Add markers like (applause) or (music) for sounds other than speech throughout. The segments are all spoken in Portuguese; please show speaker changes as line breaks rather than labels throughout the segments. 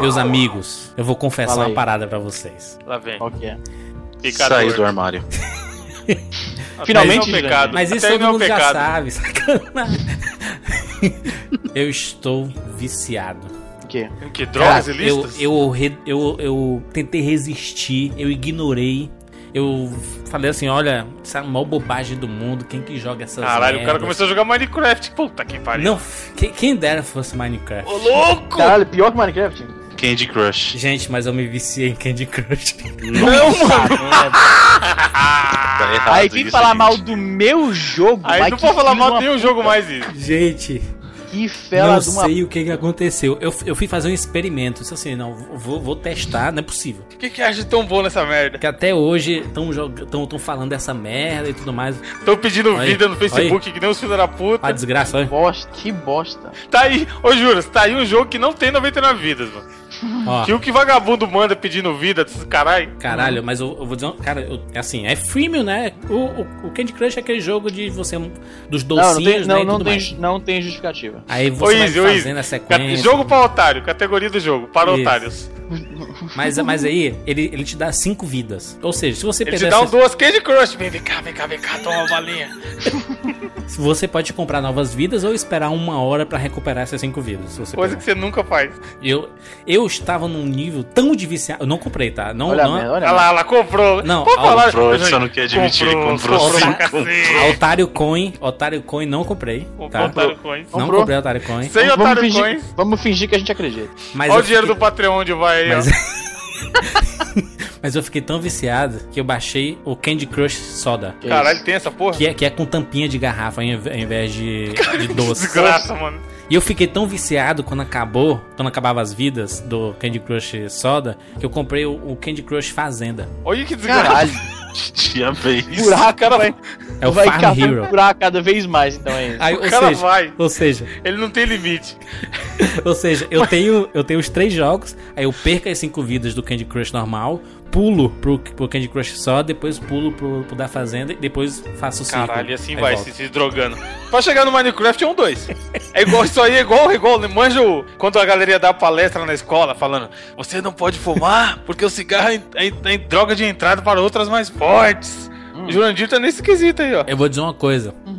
Meus amigos, eu vou confessar
Fala
uma
aí.
parada pra vocês.
Lá vem.
Qual que é?
Picador.
Sair
(laughs)
do armário.
Até
Finalmente,
aí não é um pecado.
Mas isso
Até aí
todo
não é um
mundo já
pecado.
sabe, (laughs) sacanagem. eu estou viciado.
O quê?
Em Que
Cara,
drogas
eu,
ilícitas?
eu, re- eu, eu tentei resistir, eu ignorei. Eu falei assim, olha, essa é a maior bobagem do mundo, quem que joga essas
Caralho, o cara
merdas?
começou a jogar Minecraft. Puta que pariu.
Não, quem, quem dera fosse Minecraft.
Ô, louco!
Tá
Caralho, pior que Minecraft?
Candy Crush.
Gente, mas eu me viciei em Candy Crush. (laughs)
Não, mano!
Tá errado
Aí vem
isso,
falar
gente.
mal do meu jogo.
é Aí
mas
não
que
vou falar
filho de
mal,
uma-
tem um jogo mais isso.
Gente,
Que fela
não
de uma.
sei o que, que aconteceu. Eu, eu fui fazer um experimento. Disse assim, não, vou, vou testar, não é possível.
O que que acha tão bom nessa merda?
Que até hoje estão falando dessa merda e tudo mais.
Tão pedindo
Olha aí,
vida no Facebook que nem os filhos da puta.
A desgraça, olha.
Bosta, que bosta.
Tá aí, ô Juras, tá aí um jogo que não tem 99 vidas, mano.
Ó.
Que o que vagabundo manda pedindo vida, desses caralho.
Caralho, mas eu, eu vou dizer, uma- cara, eu- é assim, é freemium, né? O, o- o Candy Crush é aquele jogo de você dos
Não, não tem,
docinhos, né?
não,
e
não
tudo
tem,
mais.
não tem justificativa.
Aí
Ô
você vai
Easy, ô Easy.
fazendo a
Cat-
sequência.
Jogo pra otário, categoria do jogo, para
É Isso.
otários.
Mas, mas aí ele, ele te dá cinco vidas. Ou seja, se você
Ele te
perder
dá um
essas,
duas Candy Crush. Vem, vem cá, vem cá, vem cá, toma uma balinha.
você pode comprar novas vidas ou esperar uma hora pra recuperar essas cinco vidas. se você
Coisa que
quiser.
você nunca faz.
eu, eu estava num nível tão de viciado. Eu não comprei, tá? Não,
Olha, a
não,
merda, olha.
Olha
a
lá, ela comprou.
Não,
Pô,
ela
falar-
comprou, ele só não quer admitir, ele comprou
sim.
comprou, pra
a
cacete.
Otário Coin, Otário Coin não comprei, tá?
Comprou otário coins.
Não
Comprou.
comprei Otário Coin,
Sem
Vamos- vamos,
otário
fingir,
coins.
vamos fingir que a gente acredita.
mas
Olha
eu
o dinheiro
fiquei-
do Patreon onde vai aí, ó.
Mas, é Mas eu fiquei tão viciado que eu baixei o Candy Crush Soda.
Que
Caralho,
isso.
tem essa porra?
Que é, que é com tampinha de garrafa ao inve- ao invés de, de doce.
Desgraça, mano.
E eu fiquei tão viciado quando acabou, quando acabava as vidas do Candy Crush Soda, que eu comprei o, o Candy Crush Fazenda.
Olha que desgraça.
Caralho,
Tinha vez.
buraco, cara vai,
É o
vai
Farm
cavar
Hero.
buraco cada vez mais, então é isso.
Aí, ou,
(laughs) O cara
seja,
vai.
ou seja,
Ele não tem limite.
ou seja, eu tenho, eu tenho os três jogos, aí eu perco as cinco vidas do Candy Crush normal, pulo pro, pro Candy Crush Soda, depois pulo pro, pro da Fazenda e depois faço o ciclo.
Caralho, e assim
Aí
vai,
volto.
se, se drogando. Pra chegar no Minecraft é um dois. É igual isso aí, é igual, é igual. né? Manja o- quando a galera dá palestra na escola falando: você não pode fumar porque o cigarro é, é- é droga de entrada para outras mais fortes.
Hum.
O Jurandir tá nesse quesito aí, ó.
Eu vou dizer uma coisa.
Uhum.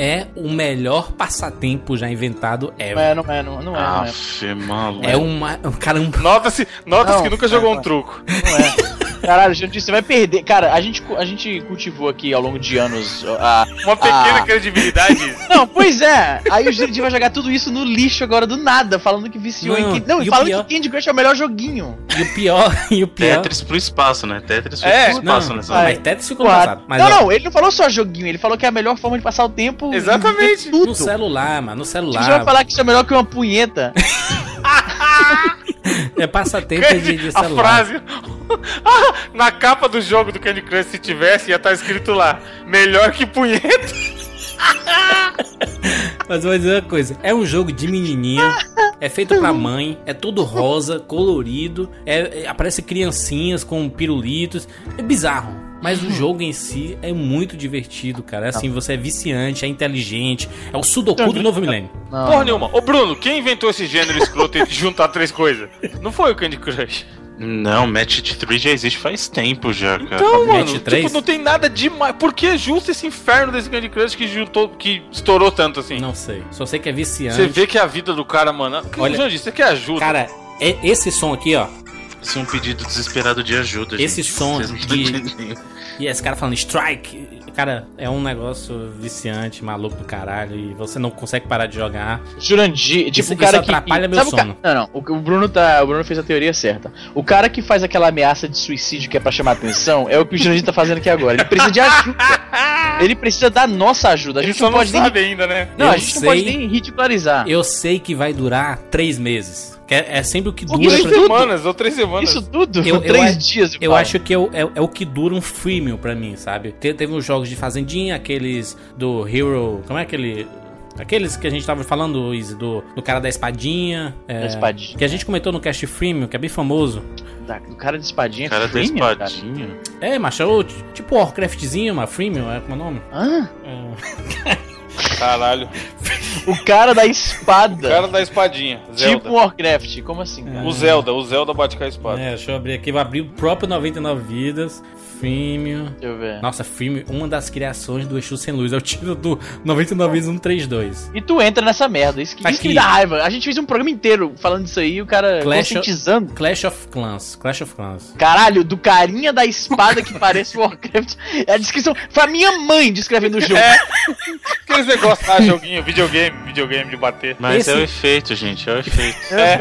É o melhor passatempo já inventado
Não
ever.
é, não é, não, não é,
ah.
não é.
Aff, maluco.
É uma. um Cara, um.
Nota-se nota
Não,
que nunca
é,
jogou um
não.
truco.
Não é. Caralho, gente, você vai perder. Cara, a gente, cu- a gente cultivou aqui ao longo de anos a.
Uma pequena
Ah.
credibilidade.
(laughs) Não, pois é. Aí o Jurandir vai jogar tudo isso no lixo agora do nada, falando que viciou
Não,
em. Can- Não,
e
e
o
falando
pior-
que Candy Crush é o melhor joguinho.
E o pior. (laughs) E o pior.
Tetris pro espaço, né? Tetris foi
É,
pro espaço
não,
nessa
vai.
Mas Tetris ficou
Claro.
passado. Mas,
não,
ó,
não, ele não falou só joguinho, ele falou que é a melhor forma de passar o tempo.
Exatamente.
em Tudo.
No celular, mano. No
Você vai
celular.
falar que isso é melhor que
(laughs)
uma punheta.
É passatempo de,
Candy,
de
(laughs) a
celular.
frase. Ah, Na capa do jogo do Candy Crush, se tivesse, ia estar escrito lá: melhor que punheta.
Mas vou dizer uma coisa. É um jogo de menininha. É feito pra mãe. É todo rosa, colorido. É, é- aparece criancinhas com pirulitos. É bizarro. Mas o jogo em si é muito divertido, cara. É assim, você é viciante, é inteligente. É o Sudoku do novo milênio.
Não.
Porra nenhuma. Ô Bruno, quem inventou esse gênero escroto de juntar três coisas? Não foi o Candy Crush.
Não, Match 3 já existe faz tempo já, cara.
Então,
Match
mano, tipo,
três?
não tem nada demais. Por que é justo esse inferno desse Candy Crush que juntou, que estourou tanto assim?
Não sei. Só sei que é viciante.
Você vê que a vida do cara, mano.
Olha-
Olha, Jandir, você quer ajuda?
Cara, é- esse som aqui, ó.
Isso é um pedido desesperado de ajuda,
Esse
gente.
som
Vocês não tão
de-
entendendo.
E esse cara falando strike. Cara, é um negócio viciante, maluco do caralho. E você não consegue parar de jogar.
Jurandir, tipo
Isso-
o cara
isso
que.
atrapalha meu
sabe o ca-
sono.
Não, não. O, o Bruno tá. O Bruno fez a teoria certa. O cara que faz aquela ameaça de suicídio que é pra chamar atenção é o que o Jurandir tá fazendo aqui agora. Ele precisa de ajuda. (laughs) Ele precisa da nossa ajuda. A
a
gente
gente só
não
não
pode nem.
sabe ainda, né?
Não,
Eu
a gente não pode
sei.
nem ridicularizar.
Eu sei que vai durar três meses. Que é, é sempre o que dura.
Duas
isso
pra-
tudo?
semanas ou três semanas.
Isso tudo?
Eu- eu
três
acho-
dias.
Eu
fala.
acho que é, o- é- é o que dura um freemium pra mim, sabe? Te- teve uns jogos de fazendinha, aqueles do Hero. Como é aquele. Aqueles que a gente tava falando, Izzy, do, do cara da espadinha. é,
Da espadinha.
Que a gente comentou no cast freemium, que é bem famoso.
Da- O cara de espadinha. é
O cara da
freemium, cara?
espadinha.
É, macho, é o t- tipo Warcraftzinho, mas freemium, é como é o nome?
Hã?
É.
Caralho.
O cara da
O
espada.
cara da espadinha. Zelda.
Tipo Warcraft. Como assim, cara?
O Zelda, o Zelda bate com a espada.
um- É, deixa eu abrir aqui. Vou abrir o próprio 99 Vidas. Freemium.
Deixa eu ver.
Nossa, Freemium, uma das criações do Exu Sem Luz. É o título do 99 Vidas 132.
E tu entra nessa merda. Isso, que- isso
Aqui.
que me dá raiva. A gente fez um programa inteiro falando disso aí e o cara
Clash-
conscientizando.
Clash of Clans. Clash of Clans.
Caralho, do carinha da espada que parece o Warcraft. É a descrição. Foi a minha mãe descrevendo o jogo.
É.
Aqueles negócios, ah, joguinho, videogame, videogame de bater.
Mas é o
Esse-
efeito, gente, é o efeito.
É,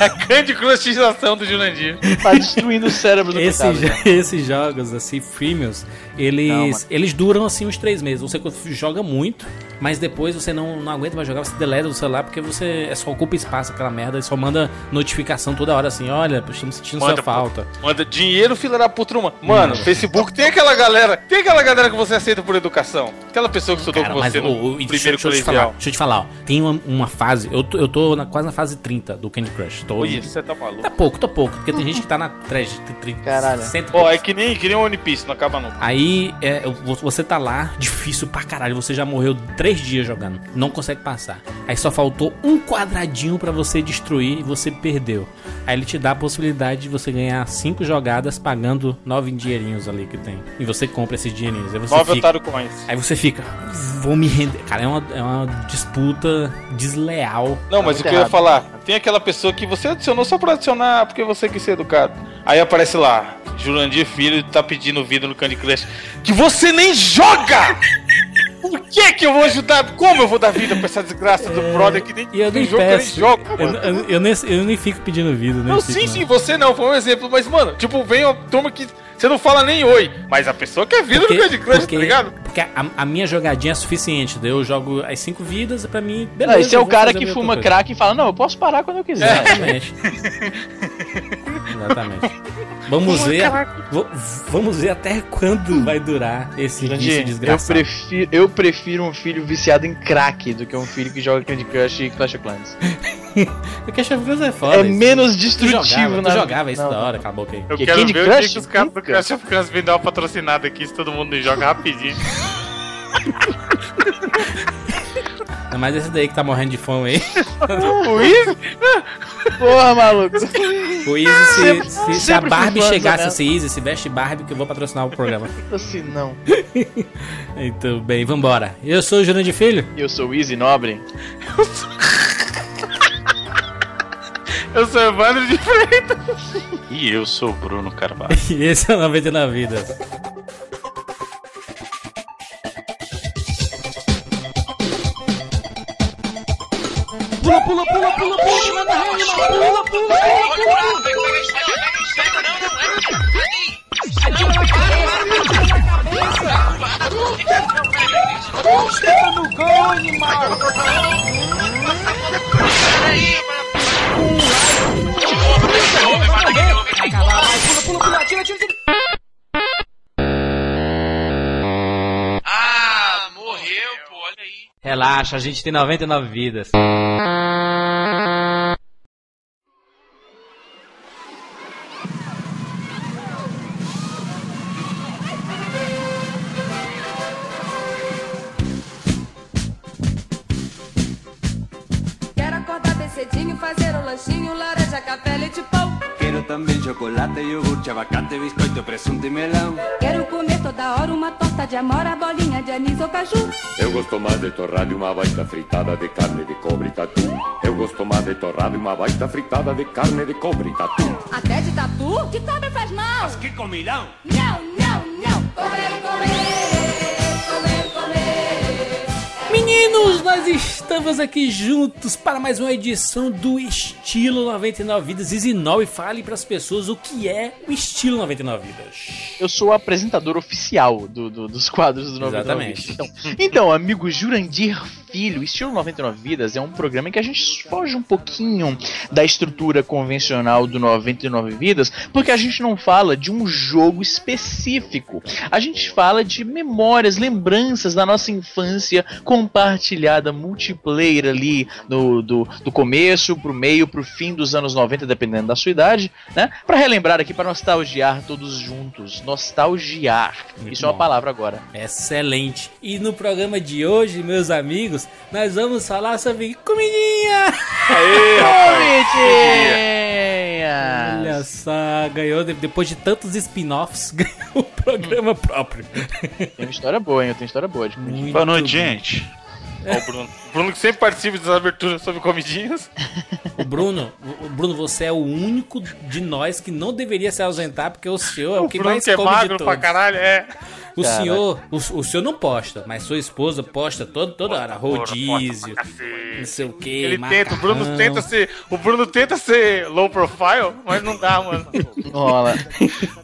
a, a grande crustização do Jurandir.
Tá destruindo o cérebro do né?
Esses,
cara.
né?
jo- (laughs) esses jogos, assim, freemiums,
Não,
eles,
mano.
eles duram, assim, uns três meses. Você joga muito, mas depois você não, não aguenta mais jogar, você deleta do celular, porque você é só ocupa espaço aquela merda, e só manda notificação toda hora, assim, olha, estamos sentindo
Manda,
sua
pô.
falta.
Manda dinheiro, filha da puta, uma. Mano,
Hum.
Facebook tem aquela galera, tem aquela galera que você aceita por educação. Aquela pessoa que estudou
Cara,
com
mas
você
ô,
no
ô, deixa,
primeiro
deixa eu te
colegial.
falar, deixa eu te falar, ó, tem uma, uma fase, eu tô, eu tô na- quase na fase 30 do Candy Crush, tô...
Oi, você tá maluco.
Tá pouco, tô pouco,
(laughs)
porque tem gente que tá na 3, 30,
Caralho.
Ó, é que nem, que nem o One Piece, não acaba nunca.
Aí é, eu- você tá lá, difícil pra caralho. Você já morreu três dias jogando, não consegue passar. Aí só faltou um quadradinho pra você destruir e você perdeu. Aí ele te dá a possibilidade de você ganhar cinco jogadas pagando nove dinheirinhos ali que tem. E você compra esses dinheirinhos. Aí você
Nove
fica.
Otário Coins.
Aí você fica, vou me render. Cara, é uma, é uma disputa desleal.
Não,
Tá
mas
muito
o que eu ia
errado.
falar, tem aquela pessoa que você adicionou só pra adicionar, porque você quis ser educado. Aí aparece lá, Jurandir Filho tá pedindo vida no Candy Crush, que você nem joga! Por que que eu vou ajudar? Como eu vou dar vida pra essa desgraça do brother que nem,
E eu
tem
nem
jogo que nem
peço.
joga?
Eu,
mano?
eu- eu nem, eu nem fico pedindo vida, né?
Tá então Não, sim, sim, você não, foi um exemplo, mas mano, tipo, vem uma turma que você não fala nem oi, mas a pessoa quer vida no Candy Crush, tá ligado?
Porque a, a minha jogadinha é suficiente, entendeu? eu jogo as cinco vidas e pra mim, beleza.
Não, esse é
eu
o
vou
cara
fazer
que
minha
fuma
outra É.
crack e fala: Não, eu posso parar quando eu
coisa.
quiser. (laughs)
Exatamente. Exatamente. Vamos ver, vo- vamos ver até quando vai durar esse vício
Gente, eu
desgraçado.
prefiro, eu prefiro um filho viciado em crack do que um filho que joga Candy Crush e Clash of Clans.
Porque a Chave é foda.
É
isso.
menos
tu jogava,
destrutivo,
tu
né?
jogava isso
Não,
da hora, acabou que
Eu
Que
quero
Candy
ver o dia
Crush
que os caras do
nunca.
Crash of Clans vêm dar uma patrocinada aqui, se todo mundo joga rapidinho.
Ainda mais esse daí que tá morrendo de fome
(laughs)
aí.
O Easy? Porra, maluco.
O Easy, se, se, se a
sempre fui
Barbie
fã de
chegasse
jogar.
assim, Easy, se veste Barbie que eu vou patrocinar o programa.
Assim, não.
Então, bem, vambora. Eu sou o Jurandir Filho.
Eu sou o Easy Nobre.
Eu sou Evandro de Freitas. (laughs) E eu sou o Bruno Carvalho.
E esse é o 99 Vidas. Relaxa, a gente tem 99 vidas.
Quero acordar bem cedinho, fazer um lanchinho, laranja, café, leite pão.
Quiero también chocolate, yogurte, abacate, biscoito, presunto y melón.
Quero comer toda hora uma torta de amora, bolinha de anis ou caju.
Eu gosto mais de torrada e uma baita fritada de carne de cobre tatu. Eu gosto mais de torrada e uma baita fritada de carne de cobre tatu.
Até de tatu, que cobre faz mal. Mas que comilão. Não, não, não. Comer, comer, comer, comer.
Meninos, nós estamos aqui juntos para mais uma edição do Estilo 99 Vidas. Isinol e fale para as pessoas o que é o Estilo 99 Vidas.
Eu sou o apresentador oficial do, do- dos quadros do 99
Exatamente.
Vidas. Então, então, amigo Jurandir Filho, Estilo 99 Vidas é um programa em que a gente foge um pouquinho da estrutura convencional do 99 Vidas, porque a gente não fala de um jogo específico. A gente fala de memórias, lembranças da nossa infância, compartilhada multiplayer ali no, do, do começo pro meio, pro fim dos anos 90, dependendo da sua idade, né? Pra relembrar aqui, pra nostalgiar todos juntos. Nostalgiar.
Muito
Isso é uma
bom.
palavra agora.
Excelente. E no programa de hoje, meus amigos, nós vamos falar sobre comidinha.
Aê,
Olha
Comidinhas!
só, ganhou de- depois de tantos spin-offs, (laughs) ganhou um programa próprio.
Tem uma história boa, hein? Eu tenho história boa de comidinha.
Muito
Boa noite,
bom.
gente.
Ó, o Bruno. O Bruno que sempre participa das aberturas sobre comidinhas.
O Bruno, o Bruno, você é o único de nós que não deveria se ausentar, porque o senhor é o,
O
que
Bruno
mais
que é
come
magro
de
pra
todos.
caralho, é.
O
Cara.
senhor, o, o senhor não posta, mas sua esposa posta todo, toda hora, rodízio, não sei o que,
Ele tenta, o Bruno tenta ser. O Bruno tenta ser low profile, mas não dá,
(laughs)
mano.
Olha,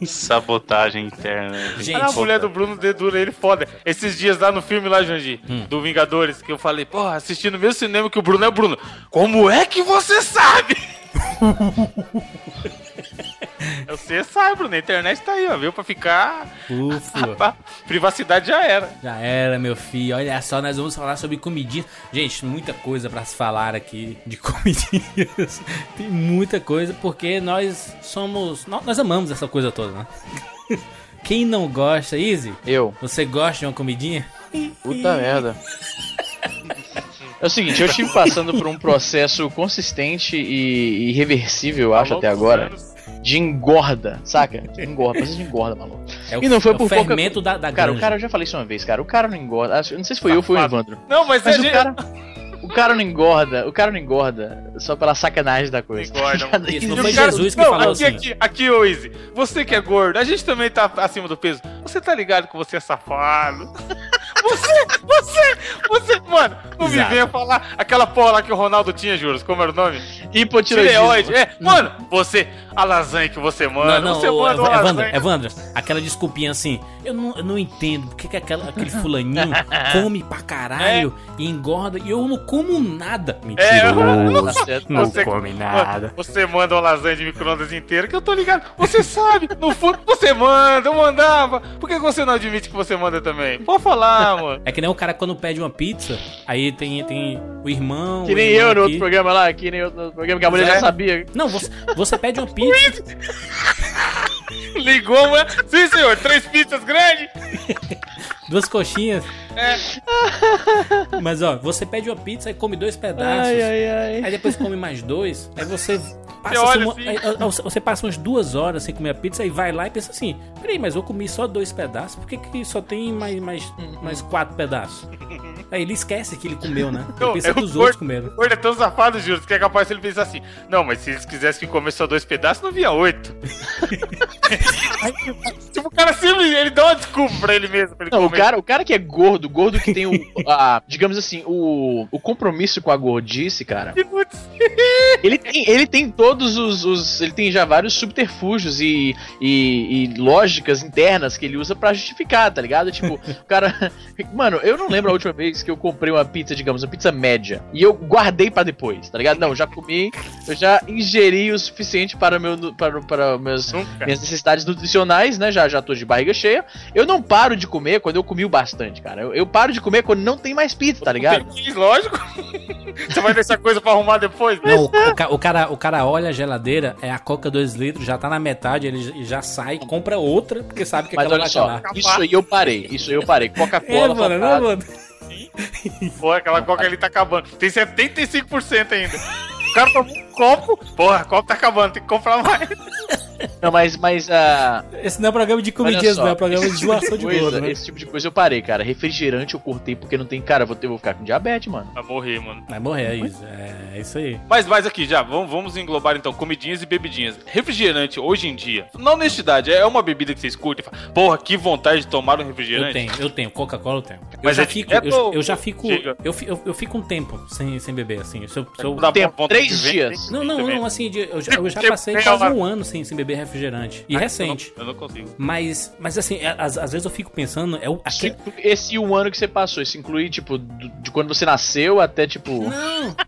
Sabotagem interna.
Gente,
Ah, a mulher do Bruno dedura ele foda. Esses dias lá no filme lá, Jandir,
Hum.
do Vingadores, que eu falei, porra, assisti no mesmo cinema que o Bruno é o Bruno. Como é que
(laughs)
você sabe? Você sabe, Bruno, a internet tá aí, ó, viu? Pra ficar.
Ufa.
pra- Privacidade já era.
Já era, meu filho. Olha só, nós vamos falar sobre comidinhas. Gente, muita coisa pra se falar aqui de (laughs) comidinhas. Tem muita coisa, porque nós somos. nó- Nós amamos essa coisa toda, né? (laughs) Quem não gosta, Easy?
eu.
Você gosta de uma comidinha?
Puta merda. É o seguinte, eu estive passando por um processo consistente e irreversível, eu acho, até agora, de engorda, saca? Engorda, precisa de engorda, maluco.
É
E não foi
é
por pouca-
fermento da, da
Cara, o
granja.
cara, eu já falei isso uma vez, cara, o cara não engorda, acho- não sei se foi eu ou foi o Evandro,
Não, mas,
mas
é
o
de-
cara... O cara não engorda, o cara não engorda só pela sacanagem da coisa. (laughs)
Engorda, mano.
Isso não
E o
foi
cara-
Jesus que
não,
falou
aqui,
assim.
Aqui, aqui, ô Izzy, você que é gordo, a gente também tá acima do peso. Você tá ligado que você é safado? (laughs) Você, você, você, mano, não me
Exato.
venha falar aquela porra lá que o Ronaldo tinha, juros, como era o nome?
Hipotireoidismo.
Tireoide, é. Mano, você, a lasanha que você manda,
Não, não,
você
ô, é
manda uma
Evandro,
lasanha.
Evandro, aquela desculpinha assim, eu não, eu não entendo porque que aquela-
(laughs)
aquele fulaninho come pra caralho e engorda e eu não como nada.
É, eu-
Mentiroso.
Tá (laughs) certo.
Não
Você-
come nada.
Você manda uma lasanha de micro-ondas inteira, que eu tô ligado. Você sabe, no fundo, você manda, eu mandava. Por que você não admite que você manda também?
(laughs)
Pode falar, mano.
É que nem o cara quando pede uma pizza, aí tem, tem o irmão.
Que
o
nem
irmão
eu no
aqui.
outro programa lá, Tá que nem eu no outro programa, que a mulher já
É.
sabia.
Não, você, você pede uma pizza.
Ligou, mano. Sim, senhor, três pizzas grandes.
Duas coxinhas. (laughs) Mas ó, você pede uma pizza e come dois pedaços.
É. Ai, ai, ai.
Aí depois come mais dois. Aí você passa,
Você olha
uma-
assim.
aí, ó, você passa umas duas horas sem comer a pizza e vai lá e pensa assim: peraí, mas eu comi só dois pedaços, por que, que só tem mais, mais, mais quatro pedaços? Aí ele esquece que ele comeu, né? Ele
Não,
pensa
é
que
o
os outros
gordo.
comeram.
O gordo é tão safado, juro, que é capaz de ele pensar assim: não, mas se eles quisessem que comesse só dois pedaços, não vinha
(laughs)
oito. tipo, o cara sempre ele dá uma desculpa pra ele mesmo. Pra ele
Não, o
comer.
cara, o cara que é gordo, o gordo que tem o, a, digamos assim, o, o compromisso com a gordice, cara,
Putz,
ele tem, ele tem todos os, os- ele tem já vários subterfúgios e, e, e lógicas internas que ele usa pra justificar, tá ligado? Tipo, o cara, mano, eu não lembro a última vez que eu comprei uma pizza, digamos, uma pizza média, e eu guardei pra depois, tá ligado? Não, já comi, eu já ingeri o suficiente para meu, nu- para, para meus
Nunca.
minhas necessidades nutricionais, né? Já, já tô de barriga cheia. Eu não paro de comer quando eu comi o bastante, cara. Eu, eu paro de comer quando não tem mais pizza, tá ligado?
Tem que- Lógico. (laughs) Você vai deixar coisa pra arrumar depois? né?
Não, o, ca- o cara, o cara olha a geladeira, é a coca 2 litros, já tá na metade, ele j- já sai, compra outra, porque sabe que
Mas
aquela
olha
vai tá
só,
acabar.
isso aí eu parei. Isso aí eu
(laughs)
parei.
É,
Coca-Cola,
mano,
focada.
não, mano.
Porra, aquela coca ali tá acabando. Tem 75% ainda. O cara tomou um copo. Porra, o copo tá acabando, tem que comprar mais.
Não, mas, mas ah,
Esse não é programa de
olha
comidinhas,
só,
não, é programa de
esse tipo
zoação
(laughs)
de
coisa-
gordo,
é.
né?
Esse tipo de coisa eu parei, cara. Refrigerante eu cortei porque não tem. Cara, eu vou, ter, vou ficar com diabetes, mano.
Vai morrer, mano.
Vai morrer, é isso, é, é isso aí.
Mas, mas aqui já, vamos, vamos englobar então comidinhas e bebidinhas. Refrigerante, hoje em dia, na honestidade, é uma bebida que vocês curtem? e fala, Porra, que vontade de tomar um refrigerante.
Eu tenho, eu tenho, Coca-Cola eu tenho.
Mas
eu já
é
fico,
direto
eu,
ou
eu já fico,
chega?
eu, fi- eu, eu fico um tempo sem, sem beber, assim. Se eu, se eu-
Não dá
Tempo,
vontade
três
de ver,
dias.
né?
Não, não,
Também.
não, assim, de- eu já, eu já
Tempo
passei
real,
quase
né?
um ano sem, sem beber
Ah,
refrigerante.
então
E recente.
Eu não, eu não consigo.
Mas, mas assim, é- às, às vezes eu fico pensando, é o,
Isso
aquele,
inclui- Esse um ano que você passou, isso inclui, tipo, do- de quando você nasceu até, tipo.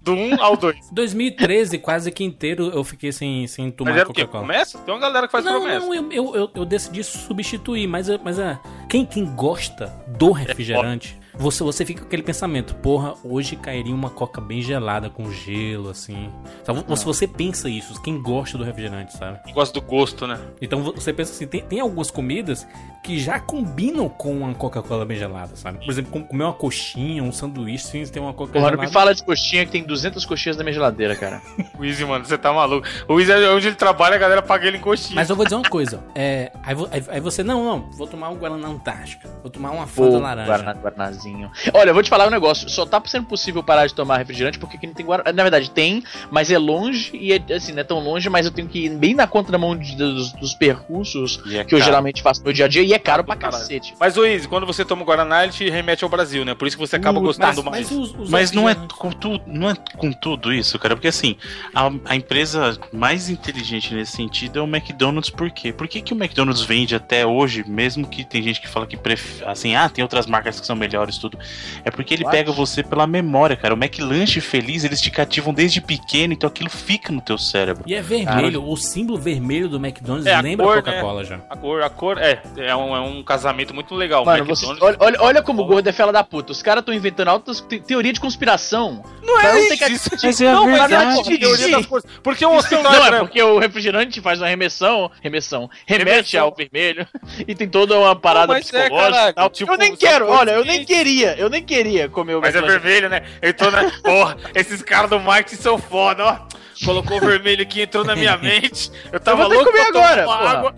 Do 1 um ao 2.
2013, quase que inteiro, eu fiquei sem, sem
Mas
tomar
era o quê?
Coca-Cola.
Promessa? Tem uma galera que faz
Não,
promessa.
não, eu, eu, eu, eu decidi substituir, mas, é- mas é, quem, quem gosta do refrigerante Você, você fica com aquele pensamento, porra, hoje cairia uma coca bem gelada com gelo, assim. Sabe? Você, você pensa isso, quem gosta do refrigerante, sabe?
Eu gosto do gosto, né?
Então você pensa assim, tem, tem algumas comidas que já combinam com uma Coca-Cola bem gelada, sabe? Por exemplo, com- comer uma coxinha, um sanduíche, sim, tem uma Coca
Porra, não
gelada.
me fala de coxinha que tem 200 coxinhas na minha geladeira, cara.
O Easy, mano, você tá maluco. O Easy, é onde ele trabalha, a galera paga ele em coxinha.
Mas eu vou dizer uma coisa, é, aí, vo- aí- aí você, não, não, vou tomar um Guaraná Antártica, vou tomar uma Fanta
Pô,
laranja.
Guaraná, Guaranazinho. Olha, eu vou te falar um negócio. Só tá sendo possível parar de tomar refrigerante porque aqui não tem Guaraná. Na verdade, tem, mas é longe. E é, assim, não é tão longe, mas eu tenho que ir bem na contramão de, dos, dos percursos
E é
que eu
caro.
geralmente faço no dia a dia. E é caro pra
Caralho.
cacete.
Mas, o Easy, quando você toma o Guaraná, ele te remete ao Brasil, né? Por isso que você acaba gostando mais.
os- os
Mas não é,
refrigerantes-
com tu, não é com tudo isso, cara. Porque assim, a, a empresa mais inteligente nesse sentido é o McDonald's, por quê? Por que, que o McDonald's vende até hoje, mesmo que tem gente que fala que pref... assim, ah, tem outras marcas que são melhores, tudo. É porque ele
What?
pega você pela memória, cara. O McLanche feliz, eles te cativam desde pequeno, então aquilo fica no teu cérebro.
E é vermelho, o símbolo vermelho do McDonald's
É, a
lembra
cor,
a Coca-Cola já.
A cor, a cor, é, é um, é um casamento muito legal.
Mano,
O
você,
McDonald's-
olha, olha, olha como o gordo é fela da puta. Os caras estão inventando altas te teoria de conspiração.
Não
Pra não ter
é
que
isso.
Mas é a
Não, mas
verdade.
é a teoria das coisas. Porque
um
o
Não,
hospital
é
branco.
porque o refrigerante faz uma remessão, remessão, remete ao vermelho (laughs) e tem toda uma parada
mas é,
psicológica.
caralho,
e tal.
tipo,
eu nem
são
quero,
coisas
olha, eu
que-
nem queria, eu nem queria comer o
Mas é
McDonald's.
vermelho, né? Entrou na. Porra, esses caras do marketing são foda, ó. Colocou o vermelho aqui, entrou na
(laughs)
minha mente. Eu tava
vou ter que
louco
comer
pra tomar
agora,
uma
porra.
água.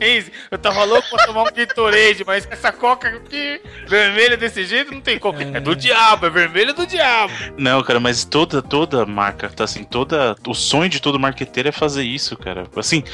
Eis, eu tava louco pra tomar um Gatorade, mas essa coca aqui, vermelha desse jeito, não tem como. É do diabo, é vermelho do diabo.
Não, cara, mas toda toda marca, tá assim, toda o sonho de todo marqueteiro é fazer isso, cara. Assim,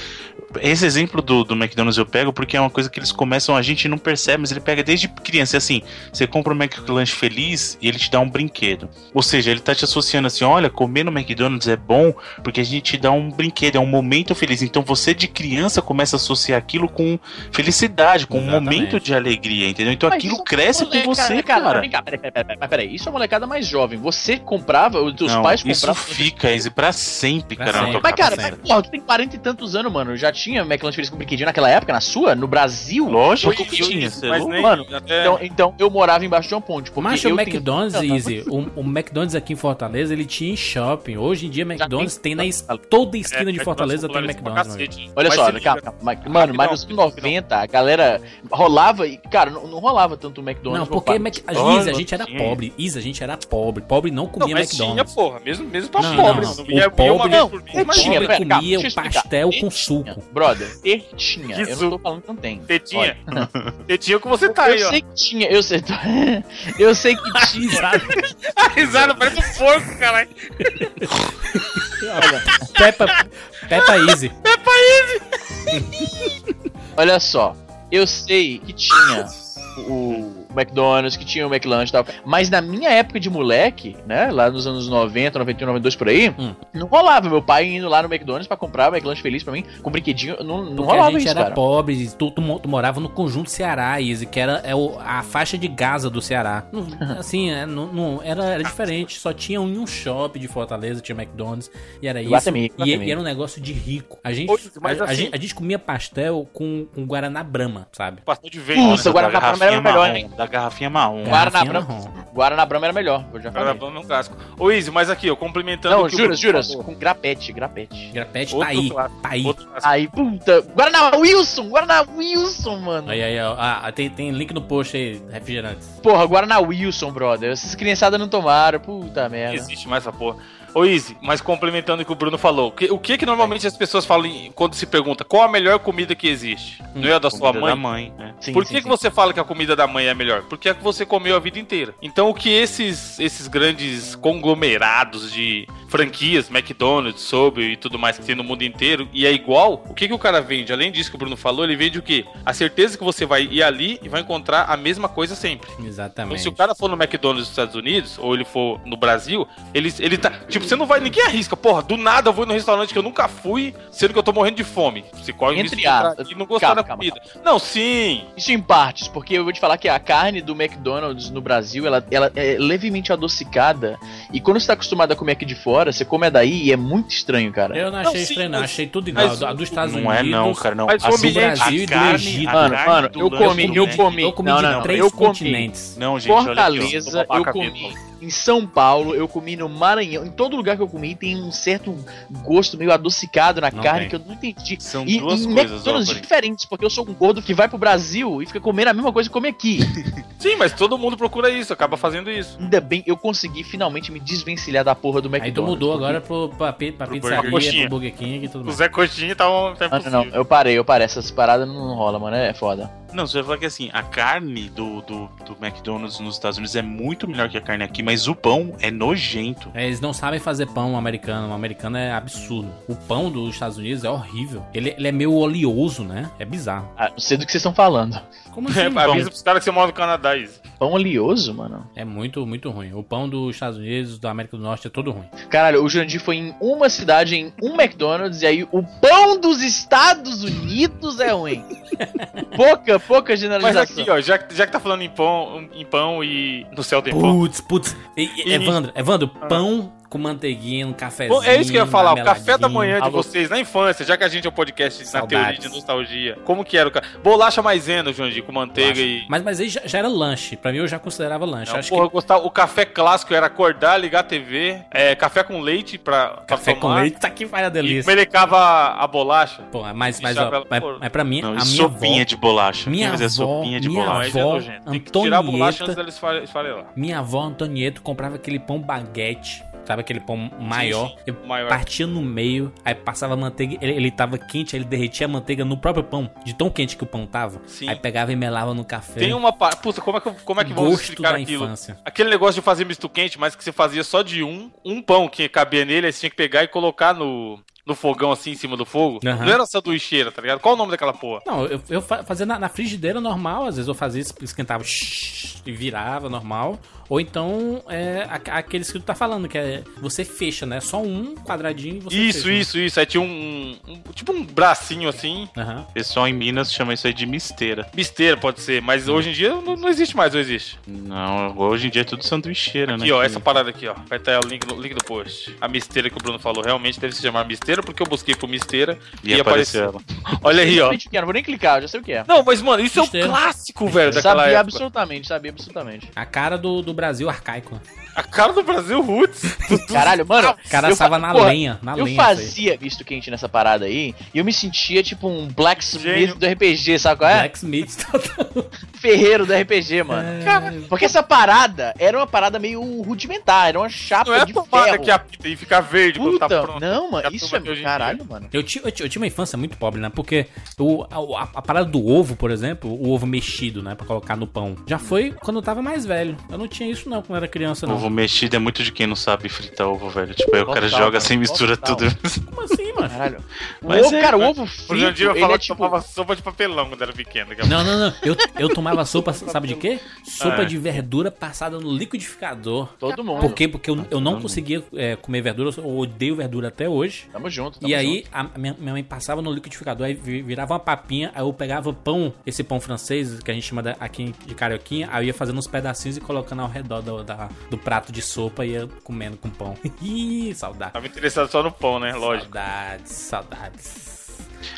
esse exemplo do, do McDonald's eu pego porque é uma coisa que eles começam, a gente não percebe, mas ele pega desde criança. E assim, você compra um McLanche feliz e ele te dá um brinquedo. Ou seja, ele tá te associando assim, olha, comer no McDonald's é bom porque a gente te dá um brinquedo, é um momento feliz. Então você de criança começa a associar aquilo com felicidade, com um
Exatamente.
momento de alegria, entendeu? Então
Mas isso
aquilo
é
cresce com
moleque-
você,
cara,
cara.
Vem cá, peraí, peraí, peraí, mas peraí, isso é molecada mais jovem. Você comprava, os teus
Não,
pais
isso
compravam.
fica Izzy, pra sempre,
Pra
cara. na
sempre.
tua
Mas, cara,
cabeça.
mas, porra, tu tem 40 e tantos anos, mano. Já tinha McLanche feliz com brinquedinho naquela época, na sua, no Brasil?
Lógico
Foi
que tinha.
isso,
você é
mas
louco?
nem-
Mano,
até-
Então, então eu morava embaixo de um ponte. Porque
Mas
eu
o
tenho-
McDonald's,
Não, não,
Easy, o, o McDonald's aqui em Fortaleza, ele tinha em shopping. Hoje em dia, McDonald's tem na es-
Fortaleza.
toda
é,
esquina de
é,
Fortaleza
nós
tem
popularizamos pra
McDonald's. meu amigo.
cacete.
Olha
Mas
só, né,
se liga,
calma, calma, mas- mano, mas nos anos
Rapidão, rapidão.
90 a galera rolava e, cara, não, não rolava tanto o McDonald's.
Não,
meu
porque
pai.
Mac- a-
Olha,
Isa, a gente era
tinha.
pobre. Isa, a gente era pobre. Pobre não
Não,
comia
mas tinha,
McDonald's.
porra. Mesmo, mesmo pra
Não,
pobre.
não,
Não,
não.
vinha
O pobre-
uma vez por
Não,
mês.
mas- tinha,
Pobre
pera, calma,
comia
deixa eu
o
explicar.
pastel com
Tinha,
suco.
Brother, ter tinha. Eu não tô
Jesus.
falando que não tem.
Você tinha. (laughs) Você tinha o que você tá
Olha,
aí,
eu
ó.
sei que tinha, eu sei, (laughs) eu sei que
Ah,
tinha.
A (laughs) risada parece um porco, caralho.
Peppa, Peppa Easy.
Olha só, eu sei que tinha o McDonald's, que tinha o McLanche e tal. Mas na minha época de moleque, né? Lá nos anos 90, 91, 92 por aí,
Hum.
não rolava. Meu pai indo lá no McDonald's pra comprar o McLanche feliz pra mim, com brinquedinho. Não, não
Porque a
rolava
gente
isso,
era
cara.
pobre, tu, tu mo- tu morava no conjunto Ceará, Izzy, que era é o- a faixa de Gaza do Ceará. Não- assim, é, não, não- era, era diferente, só tinha um, em um shopping de Fortaleza, tinha McDonald's, e era isso.
Iguatemi,
E,
Iguatemi.
e era um negócio de rico. A gente,
Pois, mas
a, a
assim-
gente, a gente comia pastel com, com Guaraná Brama, sabe?
Passou de vez.
Puta,
né?
agora
da
na Brahma
garrafinha
era melhor,
marrom, Da garrafinha é um marrom.
Guaraná
Garrafinha
Brahma.
marrom.
Guaraná Brahma era melhor, eu já
Agora
falei.
vamos no clássico. Ô, Izzy, mas aqui, ó, complementando
Não,
o que o
juras,
Bruno
juras,
falou.
com grapete, grapete.
Grapete tá
Outro
aí,
clássico,
tá aí.
Outro clássico.
Aí, Ah, puta, Guaraná Wilson, Guaraná Wilson, mano.
Aí, aí, ó. Ah, tem, tem link no post aí, refrigerantes.
Porra, Guaraná Wilson, brother. Essas criançadas não tomaram, puta
Não
merda.
existe mais essa porra. Ô, Izzy, mas complementando o que o Bruno falou, o que- o que que normalmente as pessoas falam em- quando se pergunta qual a melhor comida que existe? Não é a da sua mãe?
Comida da mãe, né?
Sim,
Por
sim,
que, que
sim.
você fala que a comida da mãe é a melhor? Porque é a que você comeu a vida inteira. Então, o que esses, esses grandes conglomerados de franquias, McDonald's, Subway e tudo mais que tem no mundo inteiro, e é igual, o que, que o cara vende? Além disso que o Bruno falou, ele vende o quê? A certeza que você vai ir ali e vai encontrar a mesma coisa sempre. Então,
Exatamente.
se o cara for no McDonald's dos Estados Unidos, ou ele for no Brasil, ele, ele tá. Tipo, Tipo, você não vai, ninguém arrisca. Porra, do nada eu vou num restaurante que eu nunca fui, sendo que eu tô morrendo de fome. Você corre o
Entre
risco de entrar
aspas.
e não gostar
Calma,
da
calma,
comida. Não, sim.
Isso em partes, porque eu vou te falar que a carne do McDonald's no Brasil, ela, ela é levemente adocicada. E quando você tá acostumado a comer aqui de fora, você come a daí e é muito estranho, cara.
Eu não
Não,
achei
sim,
estranho, não.
mas-
Achei tudo igual.
mas
A dos Estados
Não
Unidos.
é não, cara, não.
Mas o
Assim,
ambiente-
Brasil e
a
do
carne-
Egito.
a
Mano,
carne
mano,
do
eu
lanche
comi,
do
eu
Mac-
comi.
Eu comi
Não,
de
não, não,
três
eu comi.
continentes.
Não, gente,
Fortaleza,
olha
eu
aqui, ó.
comi em São Paulo, eu comi no Maranhão. Em todo lugar que eu comi tem um certo gosto meio adocicado na
Não
carne
tem.
que eu não entendi.
São
E,
duas
e
coisas, ó,
McDonald's
Coringa.
diferentes, porque eu sou um gordo que vai pro Brasil e fica comendo a mesma coisa que come aqui.
Sim, mas todo mundo procura isso, acaba fazendo isso.
Ainda bem, eu consegui finalmente me desvencilhar da porra do
Aí
McDonald's.
tu mudou
porque-
agora pro, pra, pi- pra
Pro
pizzaria,
Burger
King.
pro Burger King e tudo
O
mais.
Zé Coxinha tá um.
é Ah,
Tá
Mano, não, eu parei, eu parei. Essas paradas não rola, mano. É foda.
Não, você vai falar que assim, a carne do, do, do McDonald's nos Estados Unidos é muito melhor que a carne aqui, mas o pão é nojento.
É, Eles não sabem fazer pão americano. O americano é absurdo. O pão dos Estados Unidos é horrível. Ele, ele é meio oleoso, né? É bizarro.
Ah, não sei do que vocês estão falando.
Como
(laughs) É,
assim?
avisa pros caras que você mora no Canadá, isso.
Pão oleoso, mano.
É muito, muito ruim. O pão dos Estados Unidos, da América do Norte, é todo ruim.
Caralho, o Jurandir foi em uma cidade, em um McDonald's, e aí o pão dos Estados Unidos é
(laughs)
ruim. Pouca, pouca
Mas
generalização.
aqui, ó, já, que- já que tá falando em pão, em pão e no céu tem pão.
Putz, putz. E- e-
Tipo- E- Ah.
Evandro, Evandro, pão com manteiguinha, um cafezinho. Ah,
Bom, é isso que eu ia falar, o café da
marmeladinho.
manhã de
Alô.
vocês na infância, já que a gente é um podcast na
Saudades.
teoria de nostalgia. Como que era o café? Bolacha maisena, Jundi, com manteiga e.
Mas, mas aí já, já era lanche. Pra mim, eu já considerava lanche.
Não,
Acho
porra,
que
eu gostava. O café clássico era acordar, ligar a TV, é, café com leite pra, pra
café com
tomar,
leite tá que faz a
E
delícia.
melecava a, a bolacha.
Pô, mas, mas,
Deixava
ó,
ela-
mas,
pô.
mas pra mim,
Não,
a
e
minha
sopinha
avó,
de bolacha. Quem
minha
fizer
avó,
sopinha de
minha
bolacha?
Mas é
avó,
nojento. Tem que tirar a bolacha antes
Antonieta,
dela esfare- esfarelar.
minha avó Antonieta comprava aquele pão baguete, sabe aquele pão maior, e
maior.
partia no meio, aí passava a manteiga, ele, ele tava quente, aí ele derretia a manteiga no próprio pão, de tão quente que o pão tava,
Sim.
aí pegava e melava no café.
Tem uma parte. Puta, como é que, eu- como é que vamos
gosto
explicar
da
aquilo?
infância.
Aquele negócio de fazer misto quente, mas que você fazia só de um, um pão que cabia nele, aí você tinha que pegar e colocar no, no fogão assim em cima do fogo.
Aham.
Não era sanduicheira, tá ligado? Qual o nome daquela porra?
Não, eu, eu fa- fazia na, na frigideira normal, às vezes eu fazia, es- esquentava shhh, e virava normal. Ou então, é, a- aqueles que tu tá falando, que é você fecha, né? Só um quadradinho e você
isso,
fecha, né?
isso, isso. Aí tinha um, um- Tipo um bracinho assim.
Aham.
Pessoal em Minas chama isso aí de misteira.
Besteira, pode ser. Mas hoje em dia não, não existe mais, não existe.
Não, hoje em dia é tudo sanduicheira, né?
Aqui, ó,
Que-
essa parada aqui, ó. Vai estar o link, no- link do post. A misteira que o Bruno falou realmente deve se chamar misteira, porque eu busquei por misteira
E apareceu ela.
Olha aí, ó.
Gente, eu Não vou nem clicar, eu já sei o que é.
Não, mas, mano, isso
Misteira.
é um clássico, velho, daquela
Sabia
época.
absolutamente, sabia absolutamente.
A cara do, do Brasil arcaico. né?
A cara do
(laughs)
Brasil Roots.
Caralho, mano.
O cara
eu fa-
tava na
porra,
lenha, na
Eu
lenha. isso aí.
fazia visto quente nessa parada aí e eu me sentia tipo um blacksmith
Gênio.
do RPG, sabe qual é?
Blacksmith total.
Ferreiro do
É.
RPG, mano. Porque essa parada era uma parada meio rudimentar, era uma chapa
Não é a
de
tomada
ferro.
que apita e fica verde
Puta,
quando tá pronto.
não,
Que
mano,
a
isso
turma tem
é
hoje em
caralho, mano.
(laughs) Eu, ti- eu ti- eu tinha uma infância muito pobre, né? Porque o, a, a- a parada do ovo, por exemplo, o ovo mexido, né? Pra colocar no pão. Já foi quando eu tava mais velho. Eu não tinha isso, não, quando eu era criança, não.
Ovo mexido é muito de quem não sabe fritar ovo, velho. Tipo, aí o cara
Total,
joga
mano,
assim, mistura
total.
tudo. (laughs)
Como assim, mano?
Caralho. O
Mas
ovo,
é,
cara, o
mas-
ovo
O
frito,
Jandir vai
ele
falar
é
que
tipo...
tomava sopa de papelão quando era pequeno. daqui a
Não, não, não. Eu, eu (laughs) tomava sopa, sabe de quê? Sopa de verdura passada no liquidificador.
Todo mundo.
Por quê? Porque eu, eu não conseguia é, comer verdura, eu odeio verdura até hoje.
Tamo junto, tamo
E aí, a minha, minha mãe passava no liquidificador, aí vi- virava uma papinha, aí eu pegava pão, esse pão francês, que a gente chama da- aqui de carioquinha, aí eu ia fazendo uns pedacinhos e colocando ao redor do, da- do prato de sopa e ia comendo com pão. (laughs) Ih, saudade.
Tava interessado só no pão, né? Lógico.
Saudades, saudades.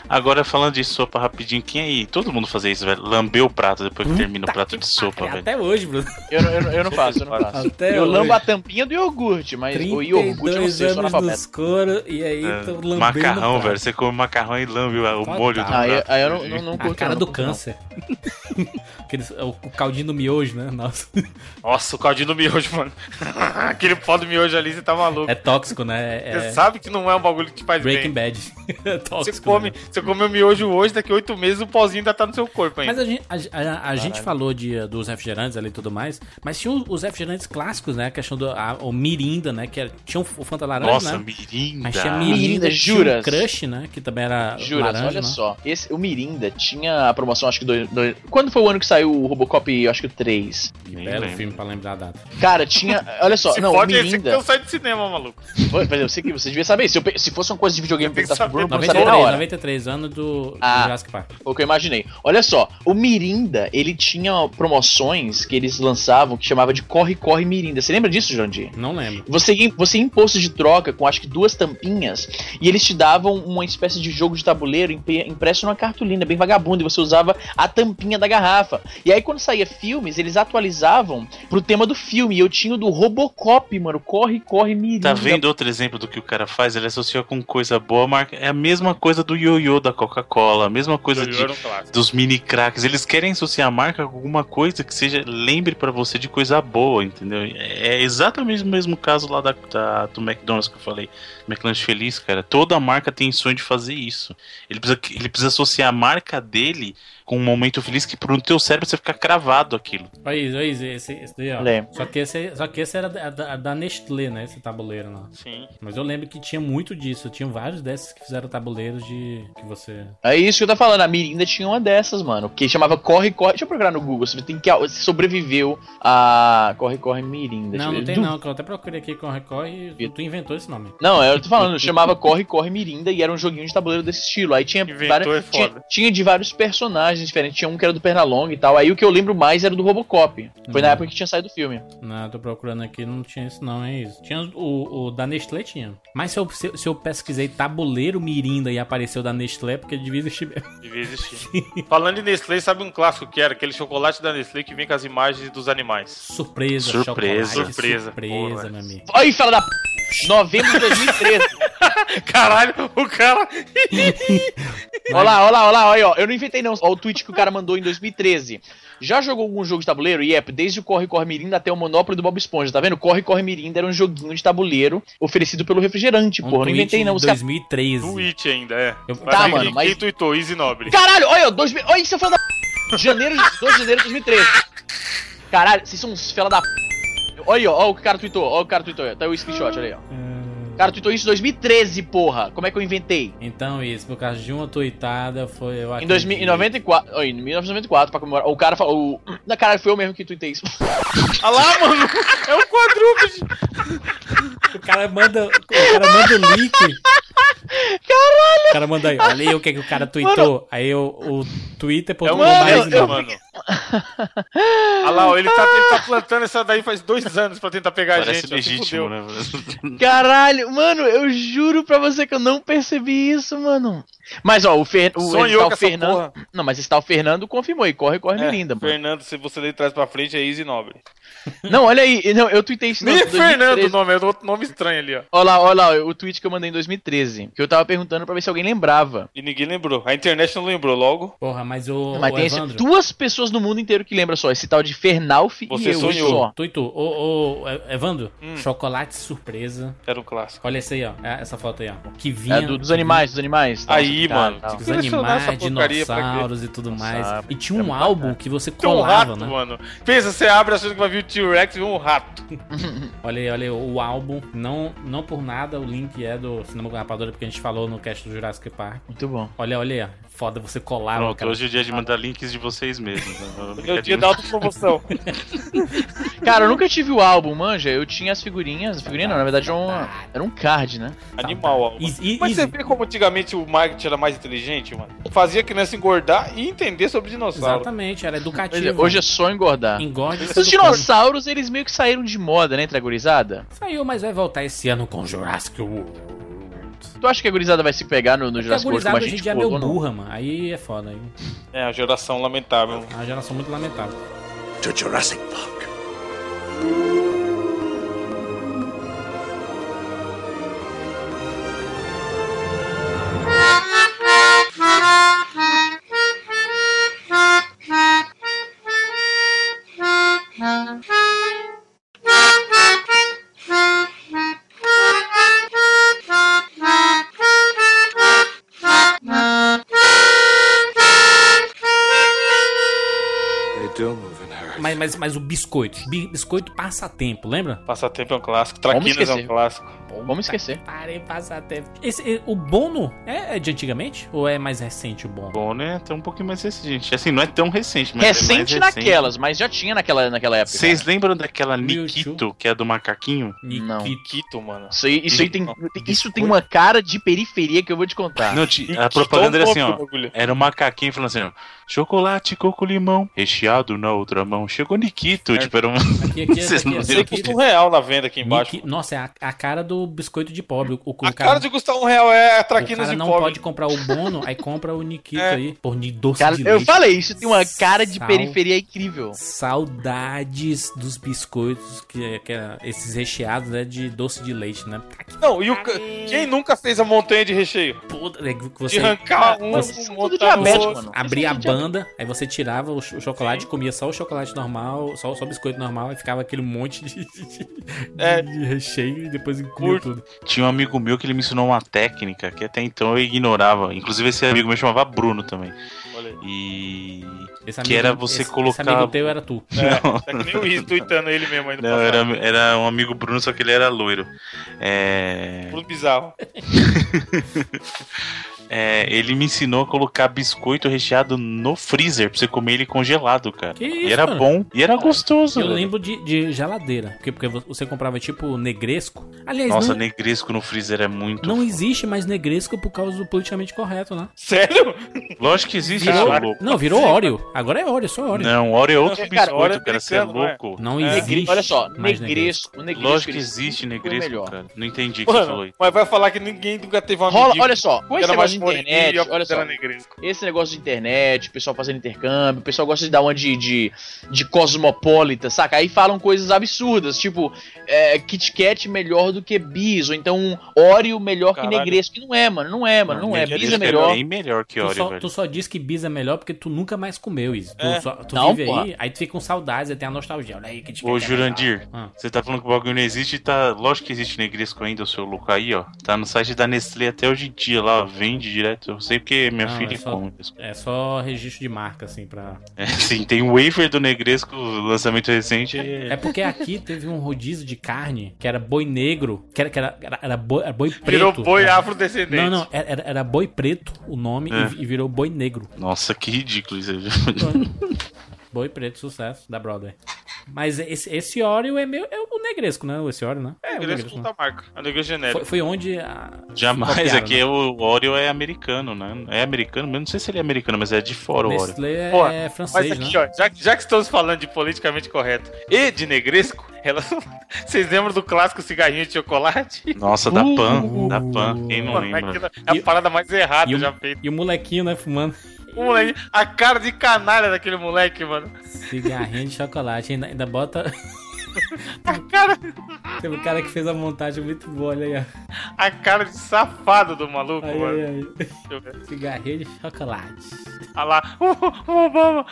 Agora, falando de sopa rapidinho, quem aí? Todo mundo fazia isso, velho. Lamber o prato depois que termina o prato de sopa, velho.
Até hoje,
(laughs)
Bruno.
junto. Eu, não- eu, não- eu não faço, eu não faço.
Até
eu
hoje.
lambo a tampinha do iogurte, mas o iogurte eu não
32
sei, eu É, sou
anos
analfabeto.
dos couro e aí tô lambendo
Macarrão,
o prato.
velho. Você come macarrão e lambe o o
Total.
molho do
Ah, eu,
é.
prato.
aí eu não, não, não
A
curto,
cara
não,
do
não curto, não.
câncer. (laughs) Aqueles- é o, o caldinho do miojo, né?
(laughs)
Nossa.
Nossa, o caldinho do miojo, mano. (laughs) Aquele pó do miojo ali, você tá maluco.
É tóxico, né? É
Você sabe que não é um bagulho que te faz
Breaking
bem.
Bad. É
Você
(laughs)
tóxico.
come,
né?
Você comeu miojo hoje, daqui oito meses o pozinho ainda tá no seu corpo ainda.
Mas é a gente, a- a, a gente falou de, dos refrigerantes ali e tudo mais, mas tinha os- os refrigerantes clássicos, né? A questão do a- o Mirinda, né? Que era- tinha o Fanta Laranja,
Nossa,
né?
mirinda.
Mas tinha
Mirinda,
Mirinda, tinha o
juras.
Crush, né? Que também era
Juras,
laranja,
olha
né?
só. Esse, o Mirinda tinha a promoção, acho que. Dois, dois- quando foi o ano que saiu o Robocop, acho que o 3?
Nem
Belo
lembro.
filme pra lembrar a data.
Cara, tinha. Olha só,
Se
não, o
pode, esse que
Mirinda.
eu saio de cinema, maluco.
Foi, por exemplo, você, que- você devia saber. Se, eu pe- se fosse uma coisa de videogame
Eu tenho que
perguntar pro Bruno, eu
saber
não
93,
sabia na hora.
93, ano do, do
Ah.
Jurassic Park.
Foi o que eu imaginei. Olha só, o Mirinda, ele tinha promoções que eles lançavam que chamava de Corre, Corre Mirinda. Você lembra disso, Jandir?
Não lembro.
Você, ia- você ia em posto de troca com acho que duas tampinhas e eles te davam uma espécie de jogo de tabuleiro impe- impresso numa cartolina, bem vagabundo, e você usava a tampinha da garrafa. E aí quando saía filmes, eles atualizavam pro tema do filme. E eu tinha o do Robocop, mano. Corre, corre, mirinda.
Tá vendo outro exemplo do que o cara faz? Ele associa com coisa boa, marca. É a mesma coisa do ioiô da Coca-Cola, a mesma coisa
Ioiô
de-
era um clássico.
dos mini cracks. Eles querem associar a marca com alguma coisa que seja lembre pra você de coisa boa, entendeu? É exatamente o mesmo caso lá da, da- do McDonald's que eu falei. McLanche Feliz, cara. Toda marca tem sonho de fazer isso. Ele precisa, ele precisa associar a marca dele com um momento feliz que pro teu cérebro você fica cravado aquilo.
Olha isso, olha isso, esse, esse daí, ó.
Lembro.
Só que, esse, só que esse era da, da- da Nestlé, né? Esse tabuleiro lá.
Sim.
Mas eu lembro que tinha muito disso. Tinha vários desses que fizeram tabuleiros de. que você.
É isso que eu tô falando. A Mirinda tinha uma dessas, mano. Que chamava Corre, Corre. Deixa eu procurar no Google se tem que se sobreviveu a Corre, Corre Mirinda. Deixa eu
Não, não
ver.
tem
Du-
não, que eu até procurei aqui com o Recorre e tu inventou esse nome.
Não, é eu tô falando, chamava Corre, Corre Mirinda e era um joguinho de tabuleiro desse estilo. Aí tinha,
Inventou
várias-
é foda.
tinha, tinha de vários personagens diferentes, tinha um que era do Pernalonga e tal. Aí o que eu lembro mais era do Robocop. Foi na
Uhum.
época que tinha saído o filme.
Não, eu né? tô procurando aqui, não tinha isso não, é isso. Tinha o, o da Nestlé, tinha. Mas se eu, se, eu- se eu pesquisei tabuleiro Mirinda e apareceu da Nestlé, é porque devia existir mesmo. (laughs)
Devia existir. Falando em Nestlé, sabe um clássico que era? Aquele chocolate da Nestlé que vem com as imagens dos animais.
Surpresa,
Surpresa.
chocolate,
Surpresa.
Surpresa,
Porra.
meu amigo.
Aí, fala da p. Novembro de 2013.
Caralho, o cara.
Olha lá, olha lá, olha lá, olha, aí, ó. Eu não inventei, não. Ó, o tweet que o cara mandou em 2013. Já jogou algum jogo de tabuleiro? Yep, desde o Corre Corre Mirinda até o Monopólio do Bob Esponja, tá vendo? Corre Corre Mirinda era um joguinho de tabuleiro oferecido pelo refrigerante, porra. Eu não
Um tweet
inventei, não.
de
Os caras.
2013.
Twitch ainda, é.
Eu-
Mas
Tá,
aí,
mano,
quem,
mas-
quem tweetou? Easy Nobre.
Caralho, olha, ó, dois mil... olha isso, fela da p. Janeiro, de- 12 de janeiro de 2013. Caralho, vocês são uns fela da p. Olha, aí, ó, ó, o que o cara tweetou, ó, o cara tweetou, ó, tá aí o screenshot, olha aí, ó. O cara tweetou isso em 2013, porra. Como é que eu inventei?
Então isso, por causa de uma tuitada foi... Eu
Em
acredito.
2094, ó, em 1994, pra comemorar. O cara falou. O... Na cara, foi eu mesmo que tuitei isso. (laughs)
Olha lá, mano. É um quadrúpede.
O cara manda, o cara manda o link. Caralho! O cara manda aí, olha aí o que, que o cara tweetou. Aí eu, o Twitter
É um
publicou mais
Nestlé,
não.
mano. Olha lá, ó, ele tá, ele tá plantando essa daí faz dois anos pra tentar pegar a
Parece
gente. ó, se
legítimo,
fudeu.
né?
Caralho, mano, eu juro pra você que eu não percebi isso, mano. Mas, ó, o, Fer... o, esse
Sonhou
tal
com essa
Fernando.
porra.
Não, mas esse tal Fernando confirmou e corre, corre, Mirinda,
É,
mano.
Fernando, se você ler de trás pra frente, é Easy Nobre.
Não, olha aí, não, eu tuitei isso em
Nem
2013.
Fernando o nome, é outro nome estranho ali, ó.
Olha lá, olha lá, o tweet que eu mandei em 2013. Que eu tava perguntando pra ver se alguém lembrava.
E ninguém lembrou. A internet não lembrou logo.
Porra, mas o,
Mas
o
tem esse-
Evandro...
duas pessoas no mundo inteiro que lembram só. Esse tal de Fernalf e
Você
eu
sonhou.
só.
Tuitu, ô, ô, E- Evandro,
Hum.
chocolate surpresa.
Era um clássico.
Olha esse aí, ó. é- Essa foto aí, ó. Que vinha.
É do- dos animais, dos animais. Nossa,
Aí,
tá,
mano.
cara,
Os
Selecionar essa
animais,
porcaria pra quê?
dinossauros e tudo mais.
Nossa,
E tinha
é
um
muito
álbum
bacana.
que você
Tem um
colava,
rato,
né?
mano. Pensa, você abre achando que vai vir o T-Rex e um
(laughs)
rato.
Olha aí, olha aí, o álbum. Não, não por nada o link é do Cinema com Rapadura, porque a gente falou no cast do Jurassic Park.
Muito bom.
Olha, olha aí, ó. Foda, você colava,
Pronto,
Ah, cara.
hoje é o dia de mandar links de vocês mesmos. né?
É o dia da
(laughs)
autopromoção.
Cara, eu nunca tive o álbum, manja. Eu tinha as figurinhas. Figurinha não, na verdade era um, era um card, né?
Animal, ó.
Is- i-
Mas você
is-
vê como antigamente o marketing era mais inteligente, mano? Fazia a criança engordar e entender sobre dinossauro.
Exatamente, era
Pois é,
educativo.
hoje é só engordar.
Engorde
Os dinossauros, eles meio que saíram de moda, né, entre a gurizada?
Saiu, mas vai voltar esse ano com Jurassic World.
Tu acha que a gurizada vai se pegar no, no
Porque a
Jurassic World como
gurizada
a
hoje em
gente
dia é meio
colou, não?
burra, mano. Aí é foda. Aí.
É, a geração lamentável.
É uma geração muito lamentável.
Ha ha ha!
mas, mas, mas o biscoito. Bi- Biscoito passatempo, lembra?
Passatempo é um clássico. Traquinas é
esquecer.
um clássico.
né?
Vamos esquecer.
Parei passatempo. Esse, e- o Bono é, é de antigamente? Ou é mais recente o Bono?
Bom, né? Até um pouquinho mais recente. Assim, não é tão recente, mas
Recente
é mais recente.
naquelas, mas já tinha naquela, naquela época.
Vocês lembram daquela
Mewtwo.
Nikito, que é do macaquinho?
Não.
(laughs) Kikito, mano.
Isso, aí, isso aí tem, tem- isso tem uma cara de periferia que eu vou te contar.
Não, ti- a
Nikito,
propaganda era assim,
é um outro
ó.
bagulho.
Era um macaquinho falando assim, ó, chocolate, coco, limão, recheado na outra mão. Chegou Nikito, tipo, era um... (laughs)
Aqui, aqui,
Vocês não
Isso aí custa um real na venda aqui embaixo.
Mickey- nossa, é a, a cara do biscoito de pobre. O, o,
A
o
cara de custar um real é a
o
traquinas
cara
de
não
pobre.
pode comprar o Bono, aí compra o Nikito
É.
aí. Por ni- doce
Cara,
de
eu
leite.
falei, isso tem uma cara de
Sal.
periferia incrível.
Saudades dos biscoitos, que, que é esses recheados né, de doce de leite, né? Tá que
Não, e o ca- quem nunca fez a montanha de recheio?
puta, né, que
De
você é
arrancar um,
Vocês
um
são tudo
montar no
diabético,
outro.
mano.
abria a banda, aí você tirava o, cho- o chocolate, comia só o chocolate normal, só, só o biscoito normal, e ficava aquele monte de, (laughs) de-
É.
de recheio e depois comia
Curto.
tudo.
Tinha um amigo meu que ele me ensinou uma técnica que até então eu ignorava. Inclusive esse amigo meu chamava Bruno também.
Olha aí.
E...
Esse
Que era você
esse-
colocar-
Esse amigo teu era tu.
Não.
Tá que nem o Riz tuitando ele mesmo aí no
Não,
passado.
era, era um amigo Bruno, só que ele era loiro. É...
Bruno Tá Bizarro. (laughs)
É, ele me ensinou a colocar biscoito recheado no freezer pra você comer ele congelado, cara.
Que
e
isso,
era
mano?
bom, e era gostoso.
Eu
velho.
lembro de, de geladeira, porque, porque você comprava tipo negresco. Aliás,
Nossa,
não, é-
negresco no freezer é muito.
não existe mais negresco por causa do politicamente correto, né?
Sério?
Lógico que existe,
Virou-
seu louco.
Não, virou Oreo. Agora é Oreo, só Oreo.
Não, Oreo é outro
Não, cara, Oreo é
biscoito, cara. Você é
americano, não é?
louco.
Não,
É,
existe.
Negresco, olha só,
mais
negresco, o negresco.
Lógico que
ele
existe
sempre foi o
negresco,
é melhor.
cara. Não entendi o que você falou
Mano,
aí.
mas vai falar que ninguém nunca teve um
Rola,
amiguinho
olha só, com
que
esse
era mais
negócio de
moreninho
internet,
e a-
olha só,
era negresco.
esse negócio de internet, o pessoal fazendo intercâmbio, o pessoal gosta de dar uma de, de, de cosmopolita, saca? Aí falam coisas absurdas, tipo, é, Kit Kat melhor do que Bis, ou então Oreo melhor que
Caralho.
Negresco, que não é, mano, não é, mano, não, é, Bis
Negresco
é melhor.
bem melhor que
Tu
Oreo,
só,
velho.
tu só diz que bis é melhor porque tu nunca mais comeu isso. Tu,
É.
só- tu
Não,
vive
pô.
aí, aí tu fica com saudades, aí tem a nostalgia. Olha aí que
Ô, Jurandir,
Ah.
você tá falando que o bagulho não existe e tá. Lógico que existe negresco ainda, o seu louco aí, ó. Tá no site da Nestlé até hoje em dia lá, ó, vende direto. Eu sei porque minha
Não,
filha
é só-
come.
É só registro de marca, assim, pra.
É, sim, tem o wafer do Negresco, lançamento recente.
É porque aqui teve um rodízio de carne que era boi negro, que era, que era, era, era boi, era boi preto.
Virou boi
Era-
afrodescendente.
né? Não, não, era, era- era boi preto o nome e- e, virou boi negro.
Nossa, que ridículo isso.
Boi preto, sucesso da Broadway. Mas esse, esse Oreo é meio. É o negresco, né? Esse Oreo, né?
É,
o
negresco com
né?
outra marca. É negresco
Foi,
genérico.
foi onde. a-
Jamais,
copiaram,
aqui
né?
é o Oreo é americano, né? É americano, mas não sei se ele é americano, mas é de fora o Oreo.
Nestlé
Pô,
é
Mas
francês,
aqui,
né?
ó, já, que- já que estamos falando de politicamente correto e de negresco, ela- (laughs) vocês lembram do clássico cigarrinho de chocolate?
Nossa, da
Uh,
Pan,
uh,
da
uh.
Pan, quem não
Mano,
lembra?
aquilo é
E-
a parada mais errada
e o-
já feita.
E o molequinho, né, fumando (laughs)
O moleque- a cara de canalha daquele moleque, mano.
cigarrinho de chocolate. Ainda, ainda bota.
(laughs) A cara,
Teve um cara que fez a montagem muito boa, olha aí. ó.
a cara de safado do maluco,
Aí,
mano.
aí, aí.
Deixa eu ver.
Cigarrinho de chocolate.
Olha lá, Uh, o o Obama.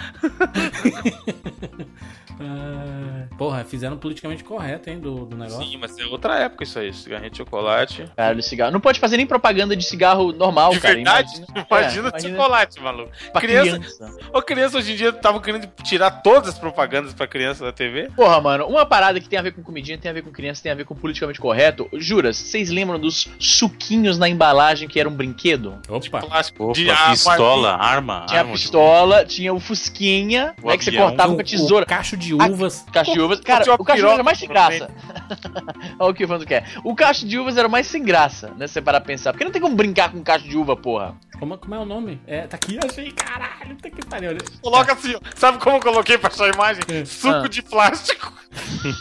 Ah, Porra, fizeram politicamente correto, hein, do, do negócio.
Sim, mas é outra época isso aí, cigarrinho de chocolate.
Cara, do cigarro. Não pode fazer nem propaganda de cigarro normal,
De
cara.
verdade,
um imagina,
(laughs) imagina,
é,
chocolate, maluco.
pra
criança-
criança.
Ô, criança hoje em dia tava querendo tirar todas as propagandas pra criança da TV.
Porra, mano, uma parada que tem a ver com comidinha, tem a ver com criança, tem a ver com politicamente correto. Jura, vocês lembram dos suquinhos na embalagem que era um brinquedo?
Tipo,
Opa,
Plástico
Opa,
de água,
pistola, arma,
Ah,
Tinha a
arma. tipo,
pistola, tinha o fusquinha,
O
né, que você
avião.
cortava
o-
com a tesoura.
o cacho de uvas.
Cacho de uvas.
tinha
Cara,
uma
o cacho de uvas
piroca
era mais sem
por
graça. (laughs) Olha o que o Evandro quer. O cacho de uvas era mais sem graça, né? Se você parar pra pensar. Porque não tem como brincar com cacho de uva, porra.
Como, como é o nome? É, tá aqui, achei, caralho, tá aqui, pariu. olha.
Coloca assim, ó. sabe como eu coloquei pra sua imagem?
É.
Suco
Ah. (laughs)
de plástico.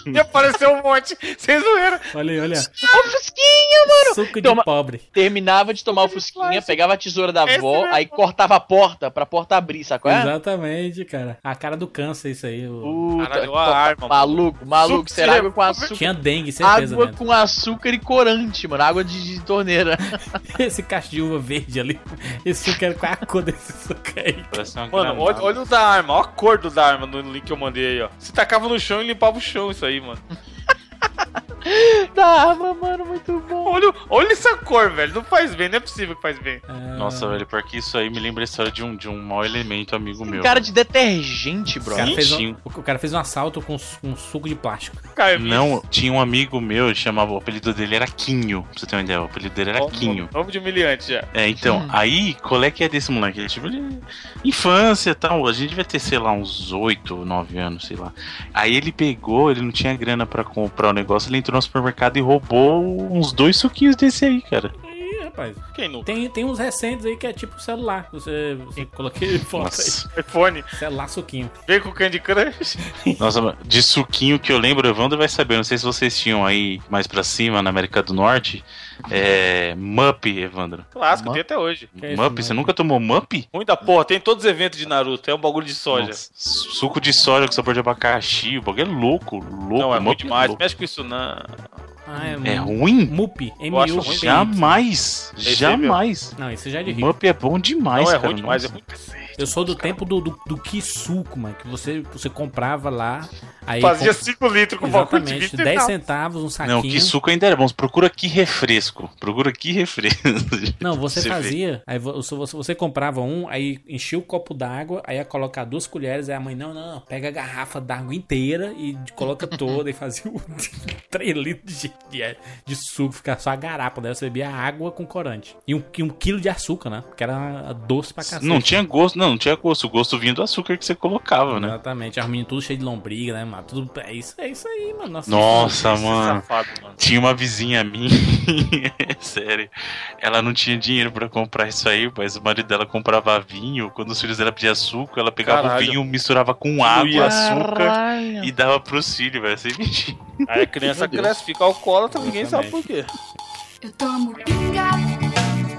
e apareceu um monte. Vocês zoeram.
Olha aí, olha.
O fusquinha, mano!
Suco de
Toma.
pobre.
Terminava de tomar o fusquinha, pegava a tesoura da
Esse
avó,
mesmo.
aí cortava a porta pra porta abrir, sacou? É?
Exatamente, cara. A cara do câncer, isso aí. o-
Puta,
Caralho,
que
a
to-
arma,
maluco, maluco,
Suco
será
de
água com açúcar?
Tinha dengue, certeza,
Água
né?
com açúcar e corante, mano. Água de, de
(laughs)
torneira.
(laughs) Esse cacho de uva verde ali. Esse suco, era- qual é a cor desse suco aí?
Parece uma
Mano, olha,
granada.
olha o da arma, olha a cor do da arma no link que eu mandei aí, ó. Você tacava no chão e limpava o chão, isso aí, mano.
Da arma, mano, muito bom.
Olha, olha essa cor, velho. Não faz bem, não é possível que faz bem.
Nossa, velho, pior que isso aí me lembra a história de um, de um mau elemento amigo meu.
Cara de detergente, bro.
O cara, fez um,
Sim.
o cara fez um assalto com, su- com suco de plástico. (laughs)
Cara, eu vi
Não,
isso.
tinha um amigo meu, chamava, o apelido dele era Quinho, pra você ter uma ideia, o apelido dele
é
era Quinho.
Nome- Nome de humilhante já.
É, então, aí, qual é que é desse moleque? Ele, tipo, ele- infância e tal, a gente devia ter, sei lá, uns 8, 9 anos, sei lá. Aí ele pegou, ele não tinha grana pra comprar o negócio, ele entrou no supermercado e roubou uns dois suquinhos desse aí, cara.
Ih, rapaz.
Quem nunca?
Tem, tem uns recentes aí que é tipo celular. Você, você coloca (laughs) ele fora.
Nossa,
iPhone.
Celular suquinho.
Vem com o Candy Crush.
nossa, mano, de suquinho que eu lembro, o Evandro vai saber, não sei se vocês tinham aí mais pra cima, na América do Norte, é. Mup, Evandro.
Clássico,
Mano.
tem até hoje.
Que é isso,
Mup, você
mano?
nunca tomou Mup?
Ruim da porra, tem em todos os eventos de Naruto. É um bagulho de soja.
Nossa, Suco de soja com sabor de abacaxi, o bagulho é louco, louco.
Não, é
Mup
muito demais.
louco.
Mexe com isso, não.
Ah, é,
É
mu-
ruim?
Mup.
acho
né?
M-U-P.
ruim.
Jamais,
Esse aí,
jamais.
Não, isso já é de rico.
Mup um é bom demais,
não, é
cara.
ruim demais. É
nossa.
ruim pra cacete.
Eu sou do tempo do, do, do Kisuko, mano. Que você, você comprava lá. Aí
Fazia 5 litros com um bagulho de
é Exatamente,
20
10
centavos.
centavos, um saquinho.
Não, que suco ainda era bom. Procura aqui refresco. Procura aqui refresco.
Não, você
É tipo, Você
fazia, aí vo- você, você- você comprava um, aí enchia o copo d'água, aí ia colocar duas colheres, aí a mãe, não, não, não, pega a garrafa d'água inteira e
(laughs)
coloca toda e (laughs) fazia 3 litros de, de, de suco, ficar só a garapa, né? Você bebia água com corante. E um, e um quilo de açúcar, né? Porque era doce pra cacete.
Não tinha gosto, não, não tinha gosto. O gosto vinha do açúcar que você colocava, né?
Exatamente, as meninas tudo cheio de lombriga, né, mano? Tudo, é, isso, é isso aí, mano. Nossa,
Nossa, mano.
Safado, mano.
Tinha uma vizinha minha, (laughs) sério. Ela não tinha dinheiro pra comprar isso aí, mas o marido dela comprava vinho. Quando os filhos dela pediam suco, ela pegava
Caralho.
o vinho, misturava com água, açúcar
Caralho.
e dava pros filhos, velho. Sem mentira.
Aí a criança
Meu Deus.
cresce, fica alcoólatra, ninguém sabe por quê.
Eu tomo pinga.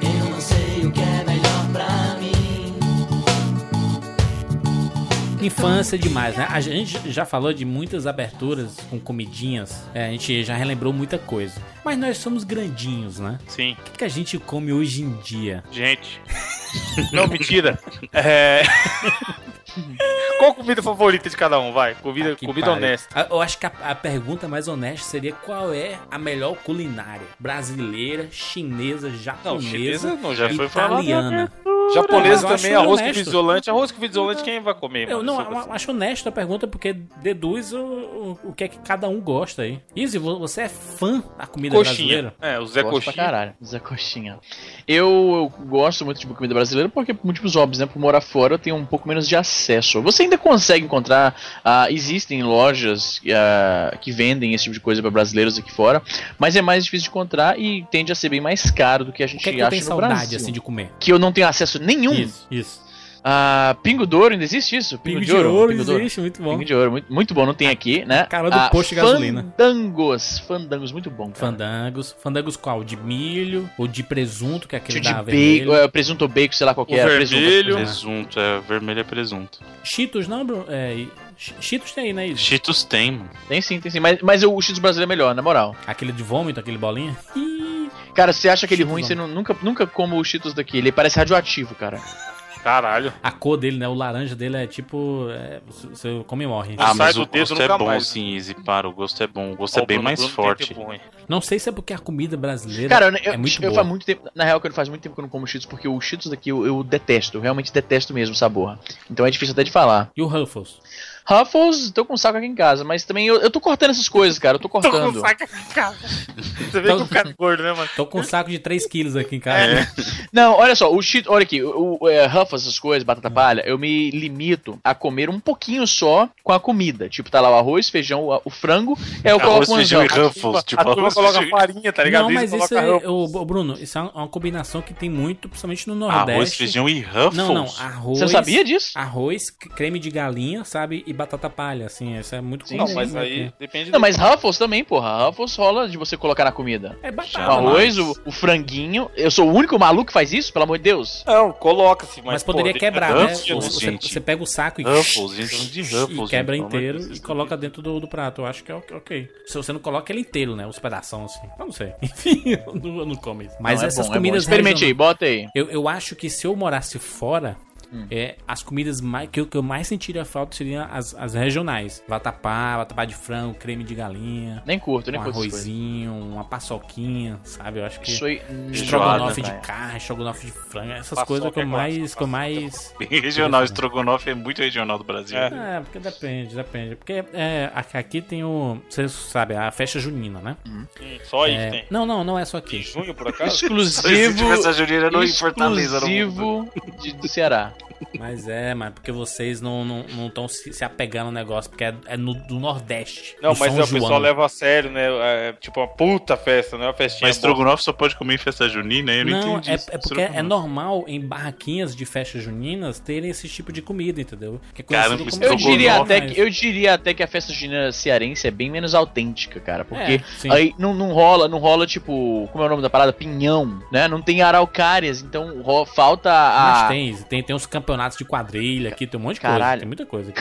Eu não sei o que é melhor pra mim.
Infância demais, né? A gente já falou de muitas aberturas com comidinhas, é, a gente já relembrou muita coisa. Mas nós somos grandinhos, né?
Sim.
O que, que a gente come hoje em dia?
Gente. Não, mentira. É... Qual a comida favorita de cada um, vai? Comida,
Ah, que
comida
pariu.
honesta.
A- Eu acho que a, a pergunta mais honesta seria qual é a melhor culinária? Brasileira, chinesa, japonesa,
não,
já foi
né?
falado,
italiana. Mas
Japonesa
eu
também,
acho
arroz com
honesto.
visolante. Arroz com visolante, quem vai comer?
Eu
mano?
não
Foda-se.
eu acho honesta a pergunta porque deduz o, o, o que é que cada um gosta aí. Izzy, vo- você é fã da comida brasileira?
Coxinha. É, o Zé
Gosto pra
Coxinha.
caralho, Zé Coxinha. Eu, eu gosto muito de comida brasileira porque, por múltiplos óbvios, né? Por morar fora, eu tenho um pouco menos de acesso. Você ainda consegue encontrar. ah, existem lojas ah, que vendem esse tipo de coisa pra brasileiros aqui fora, mas é mais difícil de encontrar e tende a ser bem mais caro do que a
O
gente
que é que eu
acha
tenho
no
saudade
Brasil.
assim de comer?
Que eu não tenho acesso nenhum.
Isso, isso.
Ah, pingo de ouro, ainda existe isso?
Pingo de ouro
Pingo de ouro.
existe, muito bom.
Pingo de ouro, muito, muito bom, não tem aqui, né?
Cara do posto de gasolina.
Fandangos, fandangos, muito bom. Cara.
Fandangos. Fandangos qual? De milho ou de presunto, que é aquele
Tio
da
de
vermelho.
bacon, é, presunto ou bacon, sei lá qual que
O
era.
vermelho.
Presunto. né?
Presunto, é vermelho é presunto.
Cheetos não, Bruno? É, e- Che- Cheetos tem aí, né? Izzy?
Cheetos tem, mano.
Tem sim, tem sim. Mas, mas o X brasileiro é melhor, na moral.
Aquele de vômito, aquele bolinha. Ih,
Cara, você acha aquele
Cheetos
ruim,
não.
você não- nunca, nunca como o Cheetos daqui. Ele parece radioativo, cara.
Caralho.
A cor dele, né? O laranja dele é tipo... é, você- você come e morre.
Ah,
Ah,
sai
mas
do
o
dedo
gosto
nunca
é bom,
mais.
sim, Easy. Para, o gosto é bom. O gosto
Ó,
é bem
Bruno,
mais
Bruno tem
forte.
tempo ruim.
Não sei se é porque a comida brasileira
Cara, eu,
é
eu-
muito
eu
boa.
faz muito tempo. Na real, que eu faz muito tempo que eu não como Cheetos, porque o Cheetos daqui eu, eu detesto. Eu realmente detesto mesmo o sabor. Então é difícil até de falar.
E o Ruffles?
Ruffles, tô com saco aqui em casa, mas também eu, eu tô cortando essas coisas, cara. Eu tô
(laughs) Tô com
cortando.
saca aqui, cara. Você vê que o cara é gordo, né, mano?
Tô com um saco de 3 quilos aqui em casa.
Não, olha só, o Cheetos, olha aqui, o, o, é, Ruffles, essas coisas,
Hum.
batata palha, eu me limito a comer um pouquinho só com a comida. Tipo, tá lá o arroz, feijão, o, o frango, aí eu
Arroz,
coloco umas
feijão e
algas.
ruffles. Tipo,
a turma
arroz,
coloca
feijão-
farinha, tá ligado?
Não,
Isso
mas isso
coloca
é...
roupa.
ô, ô, Bruno, isso é uma combinação que tem muito, principalmente no Nordeste.
arroz, feijão e ruffles.
Não, não. Arroz...
Você não sabia disso?
Arroz, c- creme de galinha, sabe? E batata palha, assim. Isso é muito
Não,
comum
mas aí
aqui.
depende
Não, mas Ruffles também, porra. Ruffles rola de você colocar na comida.
É batata.
Já
O arroz, o, o franguinho. Eu sou o único maluco que faz isso, pelo amor de Deus.
Não, coloca-se, mas.
Mas, poderia
pô, tem-
quebrar,
é
né?
Ruffles,
Ou Você,
gente.
você pega o saco e,
Ruffles, gente, chama de
e
ruffles. então, né,
quebra
gente, pelo amor de
inteiro
Deus.
e
(laughs)
coloca dentro do, do prato. Eu acho que é ok- ok. Se você não coloca ele inteiro, né? Os pedaços, assim. Eu não sei. (laughs) Enfim, eu não, eu não como isso. Mas
Não, é
essas
bom, é bom.
comidas...
Experimente aí,
regionais-
bota aí.
Eu, eu acho que se eu morasse fora...
Hum.
É, as comidas mais, que, eu, que eu mais sentiria falta seriam as, as regionais. Vatapá, vatapá de frango, creme de galinha,
Nem curto, nem
um
curto. essas é coisas.
arrozinho, uma paçoquinha, sabe? Eu acho que...
Isso aí. né,
Estrogonofe
Feijoada,
de
cara.
carne, estrogonofe de frango, essas
Paçoca
coisas que eu
é
mais. Que eu
clássico,
mais...
Regional, estrogonofe é muito regional do Brasil.
É.
É, porque depende, depende. Porque é, aqui aqui tem o. Você sabe, a festa junina, né?
Hum, só aí
É,
que tem.
não, não, não é só
Em
aqui.
junho, por acaso?
(laughs) Se existe
Exclusivo.
festa junina, não em Fortaleza, no mundo.
Exclusivo de, do Ceará.
Mas é, mas porque vocês não estão não, não tão se, se apegando ao negócio, porque é, é no, do Nordeste.
Não,
do
mas
São
é, o pessoal
João.
leva a sério, né? É, tipo, uma puta festa, não é uma festinha.
Mas
boa.
estrogonofe só pode comer em festa junina, eu não,
Não,
entendi.
é,
isso.
é porque é
Estrogonofe.
normal em barraquinhas de festas juninas terem esse tipo de comida, entendeu? Que é
Caramba,
conhecido como
Eu
Estrogonofe.
diria, até
mas-
que, eu diria até que a festa junina cearense é bem menos autêntica, cara. Porque
É, sim.
aí não, não rola, não rola, tipo, como é o nome da parada? Pinhão, né? Não tem araucárias, então ro- falta
Mas
a.
tem, tem, tem uns campeonatos de quadrilha aqui, tem um monte de coisa,
Ah. Caralho.
tem muita coisa aqui.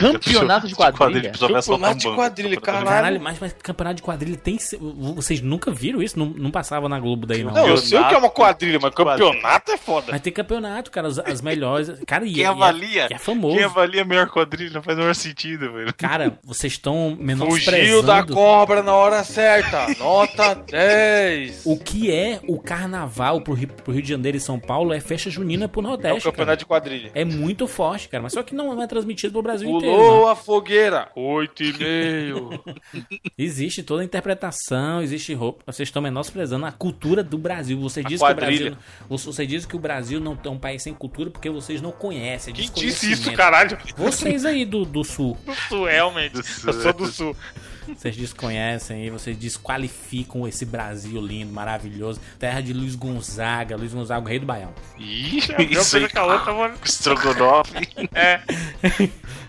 (laughs)
Campeonato de quadrilha.
precisava assaltar um
Campeonato de
banco.
quadrilha, caralho.
Caralho, mas, mas campeonato de quadrilha tem. se- Vocês nunca viram isso? Não, não passava na Globo daí, não.
Não, eu sei o que é uma quadrilha, mas
Quadrilha.
campeonato é foda.
Mas tem campeonato, cara. As, as melhores. Cara, e,
Quem
e
avalia?
É, e é famoso.
Quem avalia a melhor quadrilha faz o maior sentido, velho.
Cara, vocês estão
Fugiu
menosprezando
da cobra na hora certa. Nota 10.
o que é o carnaval pro Rio, pro Rio de Janeiro e São Paulo é festa junina pro
É o
Nordeste. cara.
campeonato de quadrilha.
É muito forte, cara. Mas só que não é transmitido pro Brasil inteiro. né?
Pulou a fogueira. Oito (laughs) e meio.
Existe toda a interpretação, existe roupa. Vocês estão menosprezando a cultura do Brasil. Você
A
diz que o
quadrilha.
Brasil, você diz que o Brasil não é um país sem cultura porque vocês não conhecem. é
Quem disse
desconhecimento.
isso, caralho?
Vocês aí do, do sul,
Do sul,
é um
realmente. Eu sou do sul.
vocês desconhecem aí, vocês desqualificam esse Brasil lindo, maravilhoso, terra de Luiz Gonzaga, Luiz Gonzaga, o rei do Baião.
Ih,
Eu
isso aí.
pego com a outra,
(laughs)
mano.
Estrogonofe.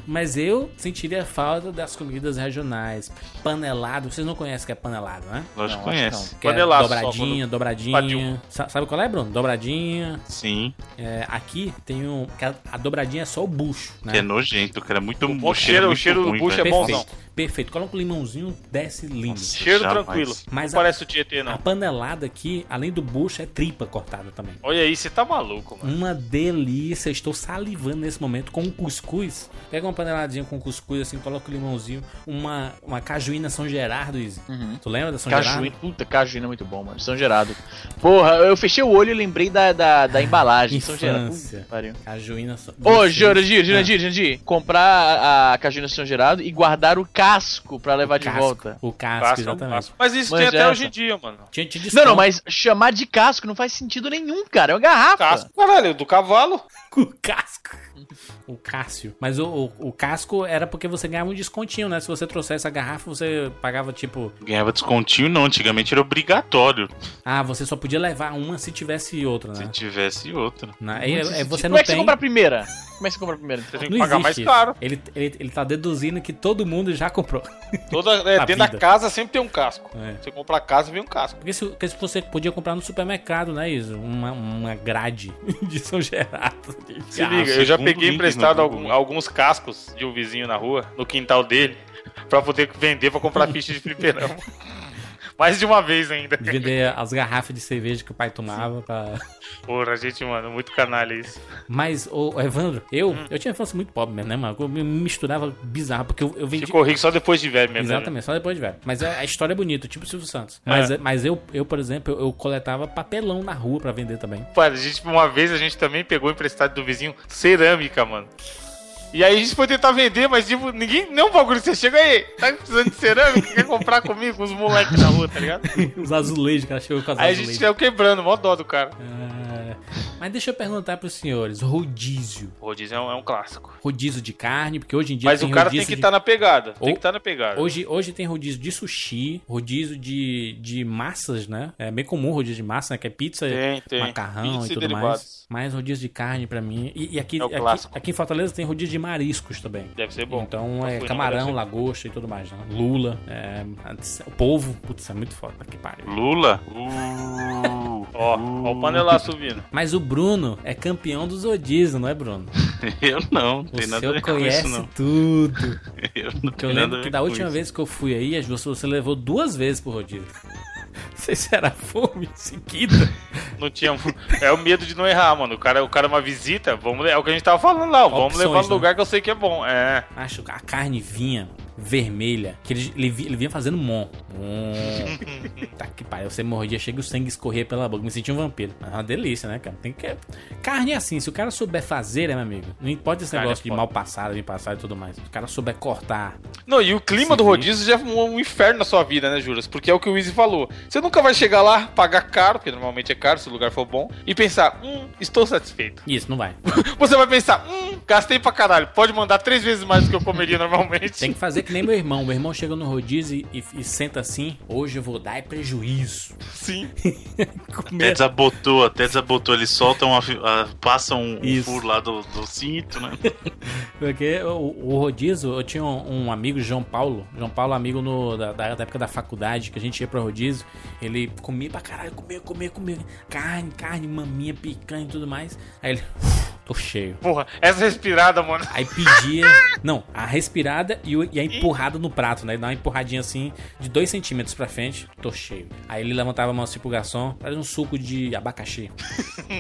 Mas eu sentiria falta das comidas regionais. Panelado, vocês não conhecem o que é panelado, né?
Lógico que
Não, acho
conhece.
Que é
Panelaço, só
dobradinha, dobradinha.
Padinho.
Sa- Sabe qual é, Bruno? Dobradinha.
Sim.
É, aqui tem um. que a- A dobradinha é só o bucho, né?
Que é nojento, cara. É muito
bom cheiro- o cheiro do bucho é bom,
Perfeito. Perfeito. Coloca um limãozinho, desce lindo.
Cheiro tranquilo.
Mas
não
a-
parece o Tietê,
A
não.
panelada aqui, além do bucho, é tripa cortada também.
Olha aí, você tá maluco, mano.
Uma delícia, estou salivando nesse momento com um cuscuz. Pega uma paneladinha com cuscuz, assim, coloca o limãozinho, uma, uma cajuína São Gerardo, Izzy.
Uhum.
Tu lembra da São
Cajuína,
Gerardo?
puta, Cajuína é muito bom, mano. São Gerardo. Porra, eu fechei o olho e lembrei da, da, da embalagem. São Gerardo.
Ah, Infância.
Puta, pariu.
Cajuína São
Ô, Jurandir, Jurandir, Jurandir, comprar a Cajuína São Gerardo e guardar o casco pra levar de
Ah, Casco.
volta.
O casco,
Clássico,
Ah, exatamente.
clássico. Mas isso
Mas
tem até
essa-
hoje em dia, mano.
Tinha- tinha
Não, não,
desconto.
mas chamar de casco não faz sentido nenhum, cara. É uma garrafa.
Casco, caralho, do cavalo.
(laughs) O casco. O Cássio. Mas o, o- o casco era porque você ganhava um descontinho, né? Se você trouxesse a garrafa, você pagava tipo.
Ganhava descontinho, não. Antigamente era obrigatório
Ah, você só podia levar uma se tivesse outra,
se
né?
tivesse outra.
Na- aí, é- é, você
Como
não
é que
tem.
você compra a primeira? Como é que você compra a primeira?
Você tem que
Não
pagar
existe
mais
isso.
caro.
Ele, ele, ele tá deduzindo que todo mundo já comprou.
Toda, é,
Na
dentro
vida.
da casa sempre tem um casco.
É.
Você compra a casa, vem um casco.
Porque se, porque se você podia comprar no supermercado, né, Iso? Uma, uma grade (laughs) de São Gerardo.
Se liga, eu já
segundo
peguei
link
emprestado
no
algum-
Google.
alguns cascos de um vizinho na rua, no quintal dele, pra poder vender pra comprar ficha de fliperama. Mais de uma vez ainda.
De vender as garrafas de cerveja que o pai tomava pra.
Porra, gente, mano, muito canalha isso.
Mas, ô, Evandro, eu,
Hum.
eu tinha uma infância muito pobre mesmo, né, mano? Eu me misturava bizarro, porque eu, eu vendi.
Ficou rico só depois de velho É. mesmo. né, velho?
Exatamente, só depois de velho. Mas a a história é bonita, tipo o Silvio Santos. Mas, mas eu, eu, por exemplo, eu, eu coletava papelão na rua pra vender também.
Pô, a gente, uma vez a gente também pegou emprestado do vizinho cerâmica, mano. E aí a gente foi tentar vender, mas tipo, ninguém. Não, bagulho, você chega aí, tá precisando de cerâmica, quer comprar comigo, com os moleques na rua, tá ligado?
(laughs) Os azulejos, que ela chegou com as
Aí a gente
azulejos.
saiu quebrando, mó dó do cara.
Ah, mas deixa eu perguntar pros senhores: rodízio.
Rodízio é um, é um clássico.
Rodízio de carne, porque hoje em dia
Mas o cara tem
rodízio
que tá-
de-
estar na pegada. Tem
Ou-
que estar na pegada.
Hoje, hoje tem rodízio de sushi, rodízio de, de massas, né? É bem comum rodízio de massa, né? Que é pizza,
Tem, tem.
macarrão
Pizza
e
e
tudo mais.
derivados.
Mas rodízio de carne pra mim. E, e aqui,
É o
aqui,
clássico.
aqui em Fortaleza tem rodízio de mariscos também.
Deve
Tá
ser bom.
então
Nunca
é
fui, não,
camarão,
deve
lagosta e tudo mais, né? Lula, é, o povo. Putz, é muito foda, que pariu.
Lula? Uh, (laughs)
Então,
Ó, ó o panelá subindo.
Mas o Bruno é campeão dos rodízios, não é, Bruno?
Eu não, não
O
tem nada a
senhor
ver com
conhece
isso, não.
tudo.
Eu não
Que eu
tenho nada a
lembro
ver
que da
com
última
isso.
vez que eu fui aí, as duas- você levou duas vezes pro rodízio. (laughs) sei se era fome seguida.
Não tinha. É o medo de não errar, mano. O cara, o cara é uma visita, vamos, é o que a gente tava falando lá. ó, Vamos
Opções,
levar no
né?
lugar que eu sei que é bom. É.
Acho que a carne vinha vermelha, que ele, ele, vi- ele vinha fazendo
(laughs)
mon. Mon. tá que pariu, você mordia, chega o sangue escorrer pela boca, me sentia um vampiro. É uma delícia, né, cara? Tem que... Carne é assim, se o cara souber fazer, né, meu amigo? Não importa esse
Carne
negócio
é
de
foda.
mal passado, bem passado e tudo mais. Se o cara souber cortar,
Não, e o clima do
Sim.
rodízio já é um um inferno na sua vida, né, Juras? Porque é o que o Easy falou. Você nunca vai chegar lá, pagar caro, porque normalmente é caro se o lugar for bom, e pensar, hum, estou satisfeito.
isso, não vai.
Você vai pensar, hum, gastei pra caralho, pode mandar três vezes mais do que eu comeria (laughs) normalmente.
Tem que fazer que nem meu irmão. Meu irmão chega no rodízio e, e senta assim, hoje eu vou dar é prejuízo.
Sim.
Até
Comer
desabotou, até desabotou. Eles soltam, a, fi- a- passam um
Isso.
furo lá do, do cinto, né?
Porque o, o rodízio, eu tinha um, um amigo, João Paulo. João Paulo, amigo no- da, da- da época da faculdade, que a gente ia pro rodízio. Ele comia pra caralho, comia, comia, comia. Carne, carne, maminha, picanha e tudo mais. Aí ele, "Uf, tô cheio.
Porra, essa respirada, mano.
Aí pedia. Não, a respirada e, o- e a empurrada no prato, né? Ele dá uma empurradinha assim, de dois centímetros pra frente, tô cheio. Aí ele levantava a mão assim pro garçom, traz um suco de abacaxi.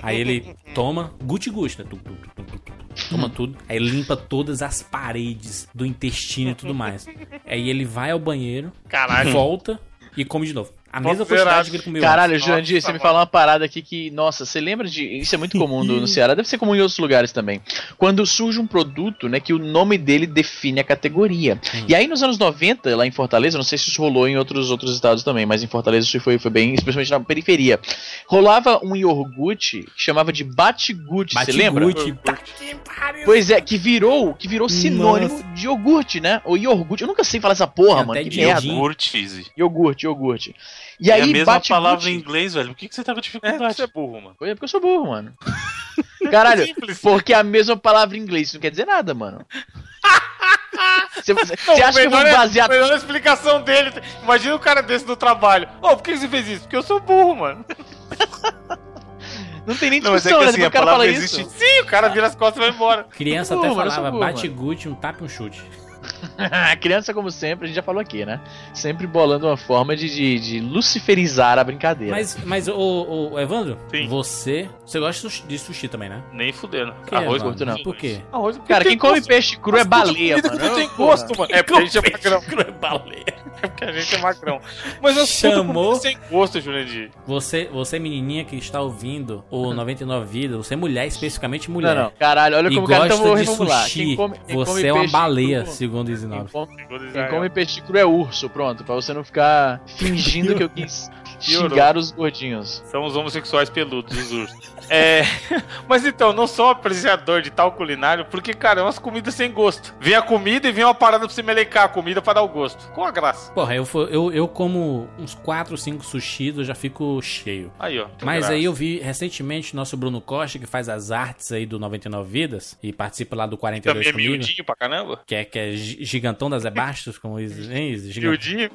Aí ele toma, guti-guti, né? Tu, tu, tu, tu, tu, tu. Toma tudo. Aí limpa todas as paredes do intestino e tudo mais. Aí ele vai ao banheiro,
Caralho.
volta e come de novo. A mesma
Será?
quantidade que ele comeu.
Caralho,
Nossa,
Jurandir, você
mano.
me falou uma parada aqui que, nossa, você lembra de. Isso é muito comum no, no Ceará, deve ser comum em outros lugares também. Quando surge um produto, né, que o nome dele define a categoria.
Hum.
E aí nos anos 90, lá em Fortaleza, não sei se isso rolou em outros, outros estados também, mas em Fortaleza isso foi, foi bem, especialmente na periferia. Rolava um iogurte que chamava de batigute, você lembra?
Bate-guti, tá que pariu.
Pois é, que virou, que virou sinônimo de iogurte, né? Ou iogurte, eu nunca sei falar essa porra,
É
Tem
mano.
até
Que
de
merda.
Sim.
Por cheese.
Iogurte, iogurte. E
E
aí
É a mesma
bate
palavra em inglês, velho. Por que, que você tá com
É,
dificuldade?
você é burro, mano.
Pois é porque eu sou burro,
(laughs)
mano. Caralho, porque é a mesma palavra em inglês isso não quer dizer nada,
(laughs)
mano. Você você acha que eu vou
Melhor é-
basear.
melhor é a explicação dele. Imagina o cara desse no trabalho. Ô, por que você fez isso? Porque eu sou burro, mano.
Não tem nem
Não, mas é
discussão,
que
né?
assim,
Depois
a
o cara fala
palavra
isso.
existe-
Sim, o cara vira as costas e vai embora.
Criança
Pô,
até
mano, eu sou
falava
burro, mano.
bate-guti, um tapa e um chute.
(laughs) a criança, como sempre, a gente já falou aqui, né? Sempre bolando uma forma de, de, de luciferizar a brincadeira.
Mas, mas o, Evandro,
Sim.
você. Você gosta de sushi- de sushi também, né?
Nem fudendo.
Por quê,
Arroz,
Evandro?
curto não.
Por
(laughs)
quê?
Arroz porque
Cara,
tem
quem come
gosto.
peixe cru é
Mas tudo
baleia,
comida
mano.
que não tem
Ô,
gosto, mano. É porque a gente é
Peixe
magrão.
cru é baleia.
É porque a gente é magrão. Mas eu sinto
Chamou.
comida sem gosto, Jurandir.
Você, você, menininha que está ouvindo o 99 Vidas, você é mulher, especificamente
Uhum. Não,
mulher.
não. Caralho, olha
E
como o cara tá
gosta de
reformular.
sushi.
Quem come, quem come
você é uma
peixe cru-
baleia, segundo o
Quem
19.
come, quem
Quem
come peixe cru é urso, pronto. Pra você
(laughs)
não ficar fingindo que eu quis xingar os gordinhos.
São os homossexuais peludos, os ursos. É. (laughs) Mas então, não sou apreciador de tal culinário, porque, cara, é umas comidas sem gosto. Vem a comida e vem uma parada pra você melecar a comida pra dar o gosto. Com a graça.
Porra, eu, for- eu, eu como uns 4, 5 sushis, eu já fico cheio.
Aí, ó.
Mas aí eu vi recentemente o nosso Bruno Costa, que faz as artes aí do 99 Vidas e participa lá do 42
Também é
comigo.
miudinho pra caramba.
que é, que é gi- gigantão das Ebastos, como
É.
dizem, gigantão,
Miudinho.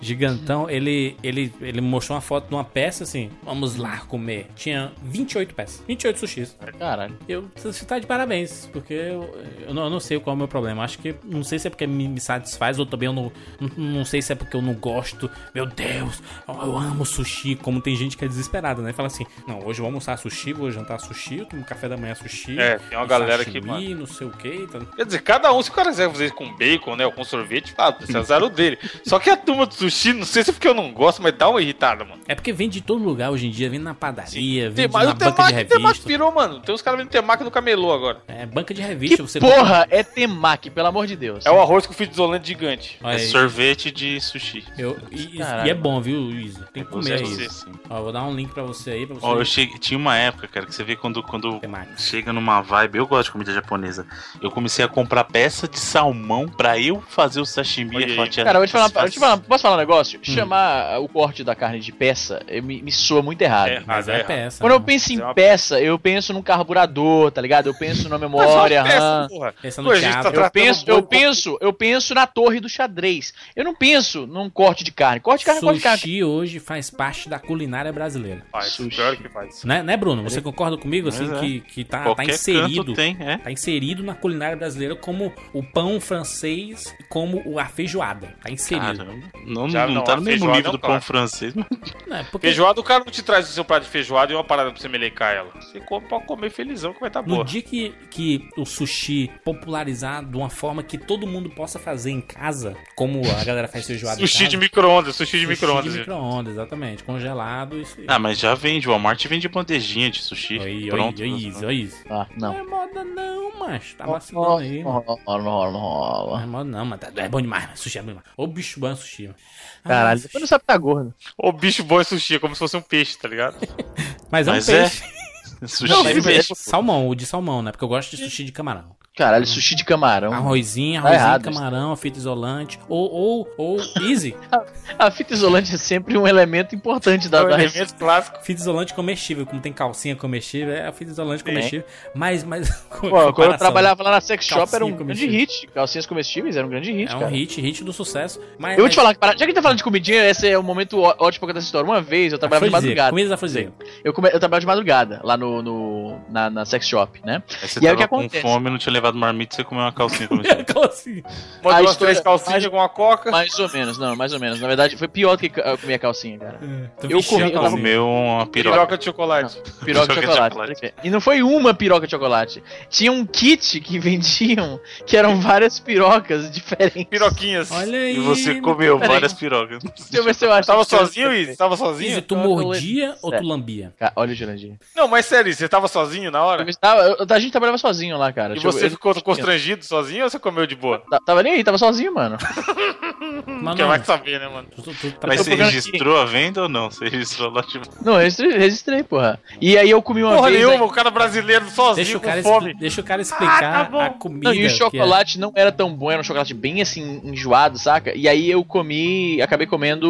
gigantão, ele, ele, ele mostrou uma foto de uma peça assim, vamos lá comer. Tinha 28 peças, 28 sushis.
Caralho.
Eu, você tá de parabéns, porque eu, eu, não, eu não sei qual é o meu problema. Acho que, não sei se é porque me, me satisfaz ou também eu não, não, não sei se é porque eu não gosto. Meu Deus, eu amo sushi, como tem gente que é desesperada, né? Fala assim, não, hoje eu vou almoçar sushi, vou jantar sushi, eu tomo café da manhã sushi.
É, tem uma galera que,
sashimi,
mano.
não sei o que, tá...
Quer dizer, cada um, se o cara quiser fazer com bacon, né, ou com sorvete, tá, esse é azar o dele. Só que a turma do sushi, não sei se é porque eu não gosto, mas dá uma irritada, mano.
É porque vende de todo lugar hoje em dia, vende na padaria, vende
Temaki,
na
o
banca de
temaki, o temaki
revista.
um pirou, mano. Tem uns caras vendo temaki no camelô agora.
É, banca de
Que
revista, você
porra é temaki, pelo amor de Deus.
É o arroz com fio isolante gigante.
Olha
É
aí,
sorvete de sushi.
eu- e, e-
Caralho.
e é bom, viu, Iso? Tem que comer
Você-
isso.
sim.
Ó, eu vou dar um link pra você aí, pra você...
Ó, eu cheguei, tinha uma época, cara, que você vê quando, quando
Temaki.
chega numa vibe. Eu gosto de comida japonesa. Eu comecei a comprar peça de salmão pra eu fazer o sashimi
Olha aí.
e fatiar.
Cara, eu vou te falar, eu vou te falar- posso falar um
Hum.
negócio? Chamar o corte da carne de peça eh, me, me soa muito Ah, errado.
É,
Mas é peça.
Quando eu
né?
penso
É uma-
em peça, eu penso num carburador, tá ligado? Eu penso na memória,
(laughs) Mas é uma
RAM.
peça, porra.
Pensa
Pô,
no
a gente
teatro.
tá-
Eu
Tratando
penso,
boi
eu
com-
penso, eu penso na torre do xadrez. Eu não penso num corte de carne. Corte de carne, é corte de carne.
Sushi hoje faz parte da culinária brasileira.
Faz,
Sushi.
pior que faz.
Né, né Bruno? Você concorda comigo, assim,
Mas é.
que, que tá, tá
Qualquer
inserido...
canto tem, é.
Tá inserido na culinária brasileira como o pão francês e como o- a feijoada. Tá inserido.
Cara, não,
Já
não
não,
tá
a
no mesmo
feijoada é
nível
um
do pão
clássico.
francês né? vocês. Não...
Não, é porque
Feijoada, o cara não te traz o seu prato de feijoada e uma parada pra você melecar ela. Você come pra comer felizão que vai tá
no
boa.
dia que, que o sushi popularizar de uma forma que todo mundo possa fazer em casa, como a galera faz feijoada em
Sushi
casa,
de micro-ondas, sushi de
sushi
micro-ondas.
de micro-ondas, exatamente. Congelado, isso aí.
Ah, mas já vende. O Walmart vende bandejinha de sushi.
Oi, oi,
pronto.
oi, isso, oi, isso.
Ah,
Não
não.
é moda não, macho. Tá
Não
vacilando aí. mano.
rola, não rola, não
Não é
rola.
moda não, mas tá- é bom demais, mas sushi é bom demais. Ô bicho bom é sushi, mano. Ah,
Caralho,
sushi.
você não sabe que tá gordo.
O bicho bom é sushi, é como se fosse um peixe, tá ligado?
Mas é um
Mas é.
peixe.
(laughs) Sushi
Não,
é
mas-
peixe.
Salmão, o de salmão, né? Porque eu gosto de sushi de camarão.
Caralho, sushi de camarão.
Ah. Arrozinho,
Tá
arrozinho,
errado
camarão, fita isolante. Ou, ou, ou, easy.
A fita isolante é sempre um elemento importante da,
É um
da
elemento clássico.
Fita isolante comestível, como tem calcinha comestível, é a fita isolante
Tem.
comestível. Mas, mas. (laughs) com-
Pô, quando eu
comparação,
trabalhava lá na sex shop
Calcinha
era um grande
comestível.
hit. Calcinhas comestíveis era um grande hit,
É um
cara.
hit, hit do sucesso. Mas, é
Eu vou te
mas-
falar, que parada- já que a gente tá falando de comidinha, esse é o momento ó- ótimo pra contar essa história. Uma vez eu trabalhava de
Afrodisíaco,
madrugada.
Comidas (laughs) afrodisíacas.
Eu, come- eu trabalhava de madrugada lá no, no- na, na sex shop, né?
Aí você
E aí o
tava
que
com
acontece?
fome, não tinha levado marmita, você comeu uma calcinha com
(laughs)
isso.
Calcinha.
Mandou
A
umas
história-
três calcinhas,
a-
alguma coca.
Mais ou menos, não, mais ou menos. Na verdade, foi pior do que eu comer calcinha, cara.
É, Tu
Eu
vestiu
comi-
a
eu tava-
calcinha.
Comeu uma piroca.
Piroca de chocolate.
Piroca de
Piroca de
chocolate.
chocolate.
perfeito. E não foi uma piroca de chocolate. Tinha um kit que (laughs) vendiam, que eram várias pirocas diferentes.
Piroquinhas.
Olha aí.
E você comeu
Peraí.
várias pirocas.
Deixa eu ver se eu acho.
Tava
que eu-
sozinho, Izzy? Tava
Izzy,
sozinho?
tu mordia ou tu
Sério.
lambia?
Cara, olha o Jurandir.
Não, mas sério, você tava sozinho na hora?
Eu estava- eu- a gente trabalhava sozinho lá, cara.
E
Tipo,
você
É eu-
ficou constrangido sozinho ou você comeu de boa?
Ta- Tava nem aí, tava sozinho, mano. Hum,
Mas
é
Quer
não.
mais saber, né, mano?
Tu, tu, tu, tá-
Mas
Eu
você
tô procurando
registrou a venda ou não? Você registrou lá, tipo...
Não, eu registrei, registrei, porra. E aí eu comi uma
Porra
vez.
nenhuma,
aí-
o cara brasileiro sozinho
deixa, o
com
cara
fome.
expli- deixa o cara explicar a comida.
Ah, tá Não, e o
que é.
chocolate não era tão bom, era um chocolate bem assim, enjoado, saca? E aí eu comi, acabei comendo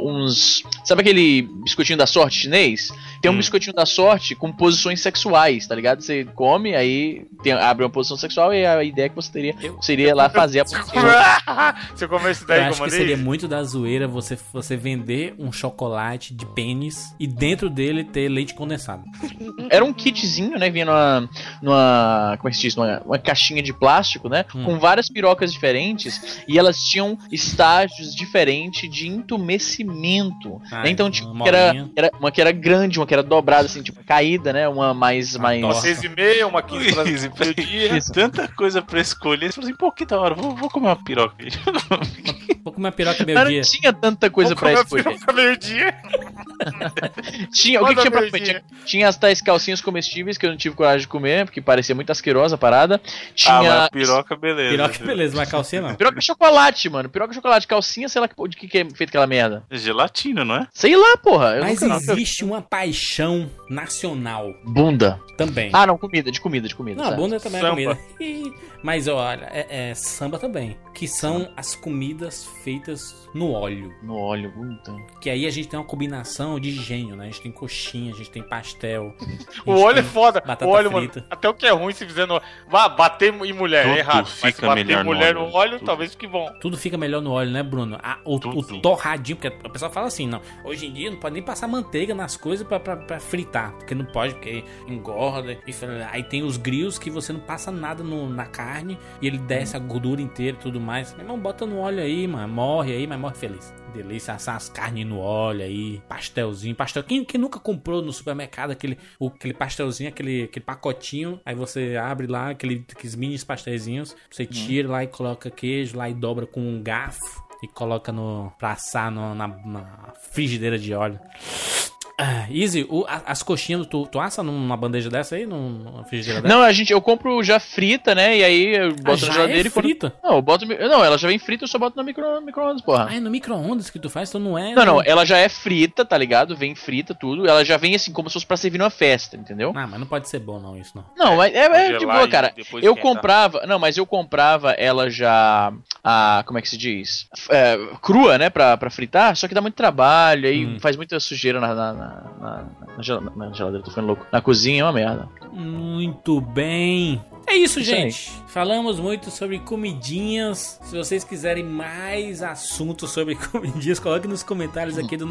uns. Sabe aquele biscoitinho da sorte chinês? Tem um
Hum.
biscoitinho da sorte com posições sexuais, tá ligado? Você come, aí tem- abre uma posição sexual e a ideia que você teria
Eu-
seria lá
(laughs)
fazer a
Você
posição.
comeu- (laughs) Você comeu esse
Eu
daí que eu
acho que seria
mandei?
muito da zoeira você, você vender um chocolate de pênis e dentro dele ter leite condensado.
(laughs) Era um kitzinho, né? Vinha numa. numa como é que se diz? Numa, uma caixinha de plástico, né?
Hum.
Com várias pirocas diferentes. E elas tinham estágios diferentes de entumecimento.
Ah,
né? Então,
então,
tipo,
uma
que era,
molinha.
era- uma que era grande, uma que era dobrada, assim, tipo, caída, né? Uma mais.
Uma
mais...
torta.
Uma seis e meia, uma quinze pra
Luiz,
meio-dia.
peraí, Tanta coisa pra escolher. Você falou assim, pô, que da hora, vou, vou comer uma piroca. aí.
Vou comer uma piroca
Mas
meio
não
dia.
tinha tanta coisa
Vamos
pra
comer
escolher.
piroca meio-dia.
Tinha, o que,
Manda
que tinha pra
meu
comer? Tinha,
dia.
tinha as tais calcinhas comestíveis que eu não tive coragem de comer, porque parecia muito asquerosa a parada. Tinha.
Ah, mas piroca, beleza.
Piroca, beleza, mas calcinha não.
Piroca de chocolate, mano. Piroca de chocolate, calcinha, sei lá que- de que, que é feito aquela merda.
Gelatina, não é?
Sei lá, porra. Eu
Mas
nunca- nunca-
existe uma paixão nacional
Bunda.
também.
Ah, não, comida, de comida, de comida.
Não, a
certo.
bunda também
Samba.
é comida. Ih, Mas olha, é, é samba também. Que são as comidas feitas no óleo.
No óleo, bunda.
Que aí a gente tem uma combinação de gênio, né? A gente tem coxinha, a gente tem pastel. a gente
O óleo é
tem
foda.
batata
O óleo, mano.
frita.
Até o que é ruim se fizer no. Vá, bater em mulher,
Tudo
é errado. Mas se
fica
bater
melhor
em mulher
no
no
óleo.
óleo,
Tudo.
talvez fique bom.
Tudo fica melhor no óleo, né, Bruno? A- o,
Tudo.
o torradinho, porque a pessoa fala assim, não, hoje em dia não pode nem passar manteiga nas coisas pra, pra, pra fritar, porque não pode, porque engorda. e fala- aí tem os grills que você não passa nada no- na carne e ele desce a gordura inteira e tudo mais. Meu irmão, bota no óleo aí, mano, morre aí, mas morre feliz. Delícia, assar as carnes no óleo aí, pastelzinho, pastel. Quem, quem nunca comprou no supermercado aquele, o- aquele pastelzinho, aquele, aquele pacotinho, aí você abre lá aquele, aqueles mini pastelzinhos,
Uhum.
você tira lá e coloca queijo, lá e dobra com um garfo e coloca no pra assar no- na, na frigideira de óleo. Ah, Easy, o- a- as coxinhas tu, tu assa numa bandeja dessa aí, num- numa frigideira dessa?
Não, a gente, eu compro já frita, né? E aí eu
Ah,
boto
já
na geladeira
é
e quando...
frita?
Não, eu boto. mi- Não, ela já vem frita, eu só boto no micro- micro-ondas, porra.
Ah, é no micro-ondas que tu faz, então não é...
Não, não,
no-
ela já é frita, tá ligado? Vem frita, tudo. Ela já vem assim, como se fosse pra servir numa festa, entendeu?
Ah, mas não pode ser bom não isso, não.
Não, mas é, é de
Congelar
boa,
e
cara.
depois
Eu
esquentar.
comprava. Não, mas eu comprava ela já. A, como é que se diz? F- é, crua, né? Pra, pra fritar. Só que dá muito trabalho, aí
Hum.
faz muita sujeira na, na, na, na- na gel- na geladeira, tô ficando louco. Na cozinha é uma merda.
Muito bem. É isso,
Isso aí.
gente. Falamos muito sobre comidinhas. Se vocês quiserem mais assuntos sobre (laughs) comidinhas, coloque nos comentários aqui do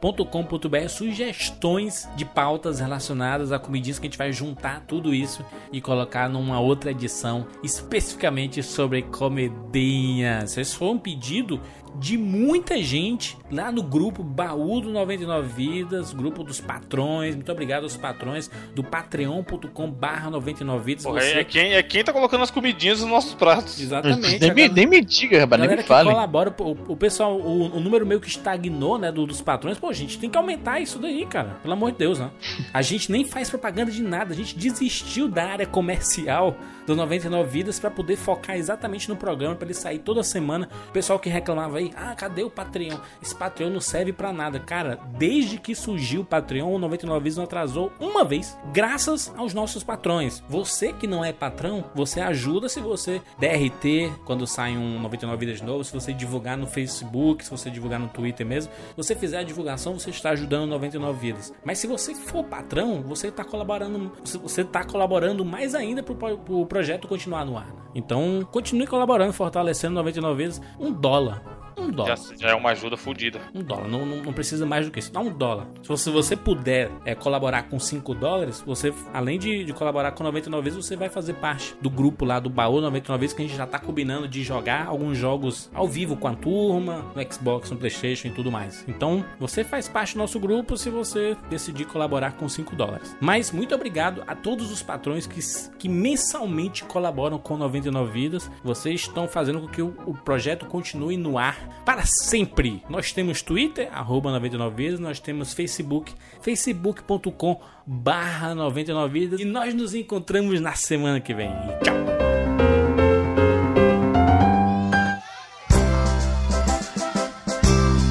99vidas.com.br sugestões de pautas relacionadas a comidinhas que a gente vai juntar tudo isso e colocar numa outra edição especificamente sobre comidinhas. Esse foi um pedido de muita gente lá no grupo Baú do 99 Vidas, grupo dos patrões. Muito obrigado aos patrões do patreon.com barra 99 Vidas.
Porra,
Você-
é, quem, é quem tá colocando as comidinhas nos nossos pratos.
Exatamente.
Nem me,
Agora-
nem me diga, rapaz, nem
galera
me
que
fale.
colabora, o, o pessoal, o, o número meio que estagnou, né, do- dos patrões, pô, gente, tem que aumentar isso daí, cara. Pelo amor de Deus, né? A gente nem faz propaganda de nada, a gente desistiu da área comercial do 99 Vidas pra poder focar exatamente no programa, pra ele sair toda semana. O pessoal que reclamava aí, ah, cadê o Patreon? Esse Patreon não serve pra nada. Cara, desde que surgiu o Patreon, o 99 Vidas não atrasou uma vez, graças aos nossos patrões. Você que não é patrão, você ajuda se você DRT, quando sai um 99 Vidas novo, se você divulgar no Facebook, se você divulgar no Twitter mesmo, você fizer a divulgação, você está ajudando 99 Vidas. Mas se você for patrão, você está colaborando, você está colaborando mais ainda para o projeto continuar no ar. né? Então, continue colaborando, fortalecendo 99 Vidas. Um dólar. Um
Já,
dólar.
já é uma ajuda fodida.
Um dólar, não, não, não precisa mais do que isso. Dá um dólar. Se você, você puder é, colaborar com 5 dólares, você, além de, de colaborar com 99 vezes, você vai fazer parte do grupo lá do baú 99 vezes, que a gente já tá combinando de jogar alguns jogos ao vivo com a turma, no Xbox, no Playstation e tudo mais. Então, você faz parte do nosso grupo se você decidir colaborar com 5 dólares. Mas muito obrigado a todos os patrões que, s- que mensalmente colaboram com 99 Vidas. Vocês estão fazendo com que o, o projeto continue no ar para sempre. Nós temos Twitter, arroba 99 Vidas, nós temos Facebook, facebook.com barra 99 Vidas. E nós nos encontramos na semana que vem. Tchau!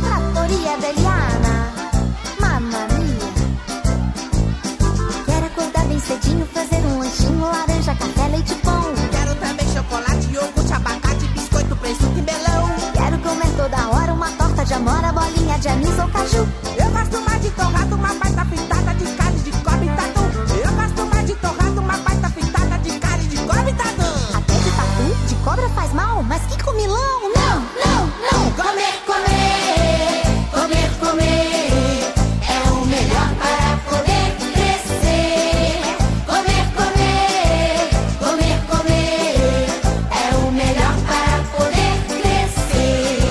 Trattoria Adeliana, mamma mia. Quero acordar bem cedinho, fazer um lanchinho, laranja, café, leite bom.
Quero também chocolate, iogurte, abacate, biscoito, presunto e melão.
Quero comer toda hora uma torta de amora, bolinha de anis ou caju.
Eu gosto mais de torrado, uma baita fritada de carne de cobre e tatu. Eu gosto mais de torrado, uma baita fritada de carne de cobre e tatu.
Até de tatu, de cobra faz mal, mas que comilão! Não, não, não! Comer, comer, comer, comer é o melhor para poder crescer. Comer, comer, comer, comer é o melhor para poder crescer.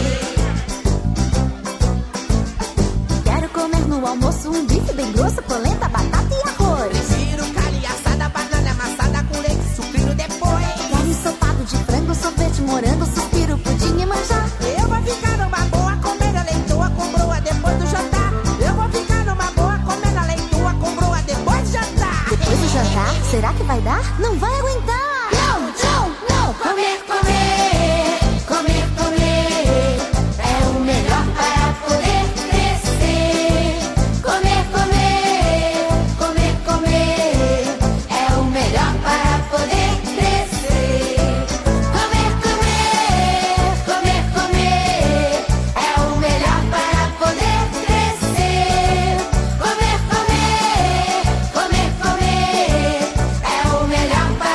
Quero comer no almoço um bife bem grosso, polenta, batata e arroz.
Prefiro carne assada, banana amassada com leite sucrilho depois.
Quero ensopado de frango, sorvete, morango, suspiro, pudim e manjar.
Eu vou ficar numa boa comendo a leitoa com broa depois do jantar. Eu vou ficar numa boa comendo a leitoa com broa depois do jantar.
Depois do jantar, será que vai dar? Não vai aguentar! Não, não, não! Comer, comer, comer, comer é o melhor para poder crescer. Comer, comer, comer, comer é o melhor para poder crescer. Comer, comer, comer, comer é o melhor para poder crescer. Comer, comer, comer, comer é o melhor para poder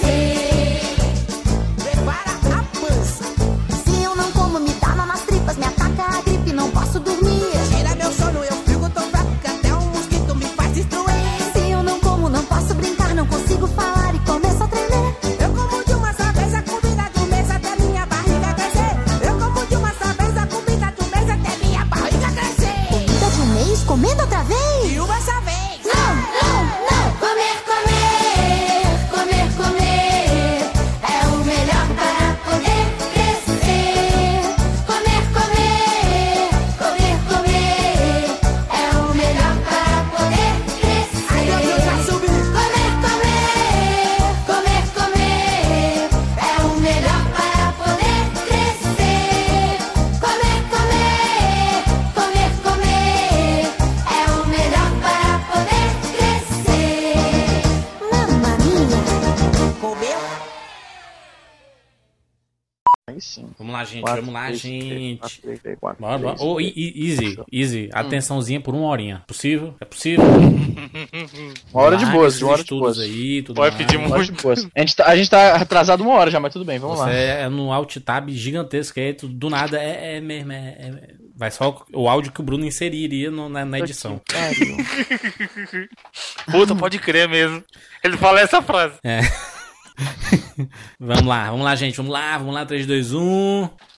crescer.
Prepara a pança.
Se eu não como, me dá mal nas tripas, me ataca a gripe, não posso dormir.
Tira meu sono, eu fico tão fraco que até um mosquito me faz destruir.
Se eu não como, não posso brincar, não consigo falar e começo a tremer.
Eu como de uma só vez a comida do mês até minha barriga crescer. Eu como de uma só vez a comida do mês até minha barriga crescer.
Comida de um mês, comendo outra vez.
E uma só vez.
Não, não, não! Comer, comer, comer, comer é o melhor para poder crescer. É Comer, comer, comer, comer é o melhor para poder crescer.
Ai, meu Deus, vai subir.
Comer, comer, comer, comer é o melhor para poder crescer. Comer, comer, comer, comer é o melhor para poder crescer. Mamma mia!
Comer.
Aí sim.
Vamos lá, gente,
Quatro,
vamos lá,
três, três,
gente.
quatro, três, três, quatro,
Bora, bora.
três,
Ô, e-
três. Hum.
e- easy, easy. Atençãozinha por uma horinha. Possível? É possível?
Uma hora de
Larga
boas,
esses
uma hora de
estudos
boas.
aí, tudo
Pode
mais.
pedir
Uma hora de
muito.
boas. A gente, tá, a gente tá atrasado uma hora já, mas tudo bem, vamos
Você
lá.
é no alt tab gigantesco aí, tu- do nada é, é mesmo. É, é- vai só o áudio que o Bruno inseriria no- na, na edição.
Pariu.
Puta, pode crer mesmo. Ele fala essa frase.
Vamos lá, vamos lá, gente. Vamos lá, vamos lá. 3, 2, 1.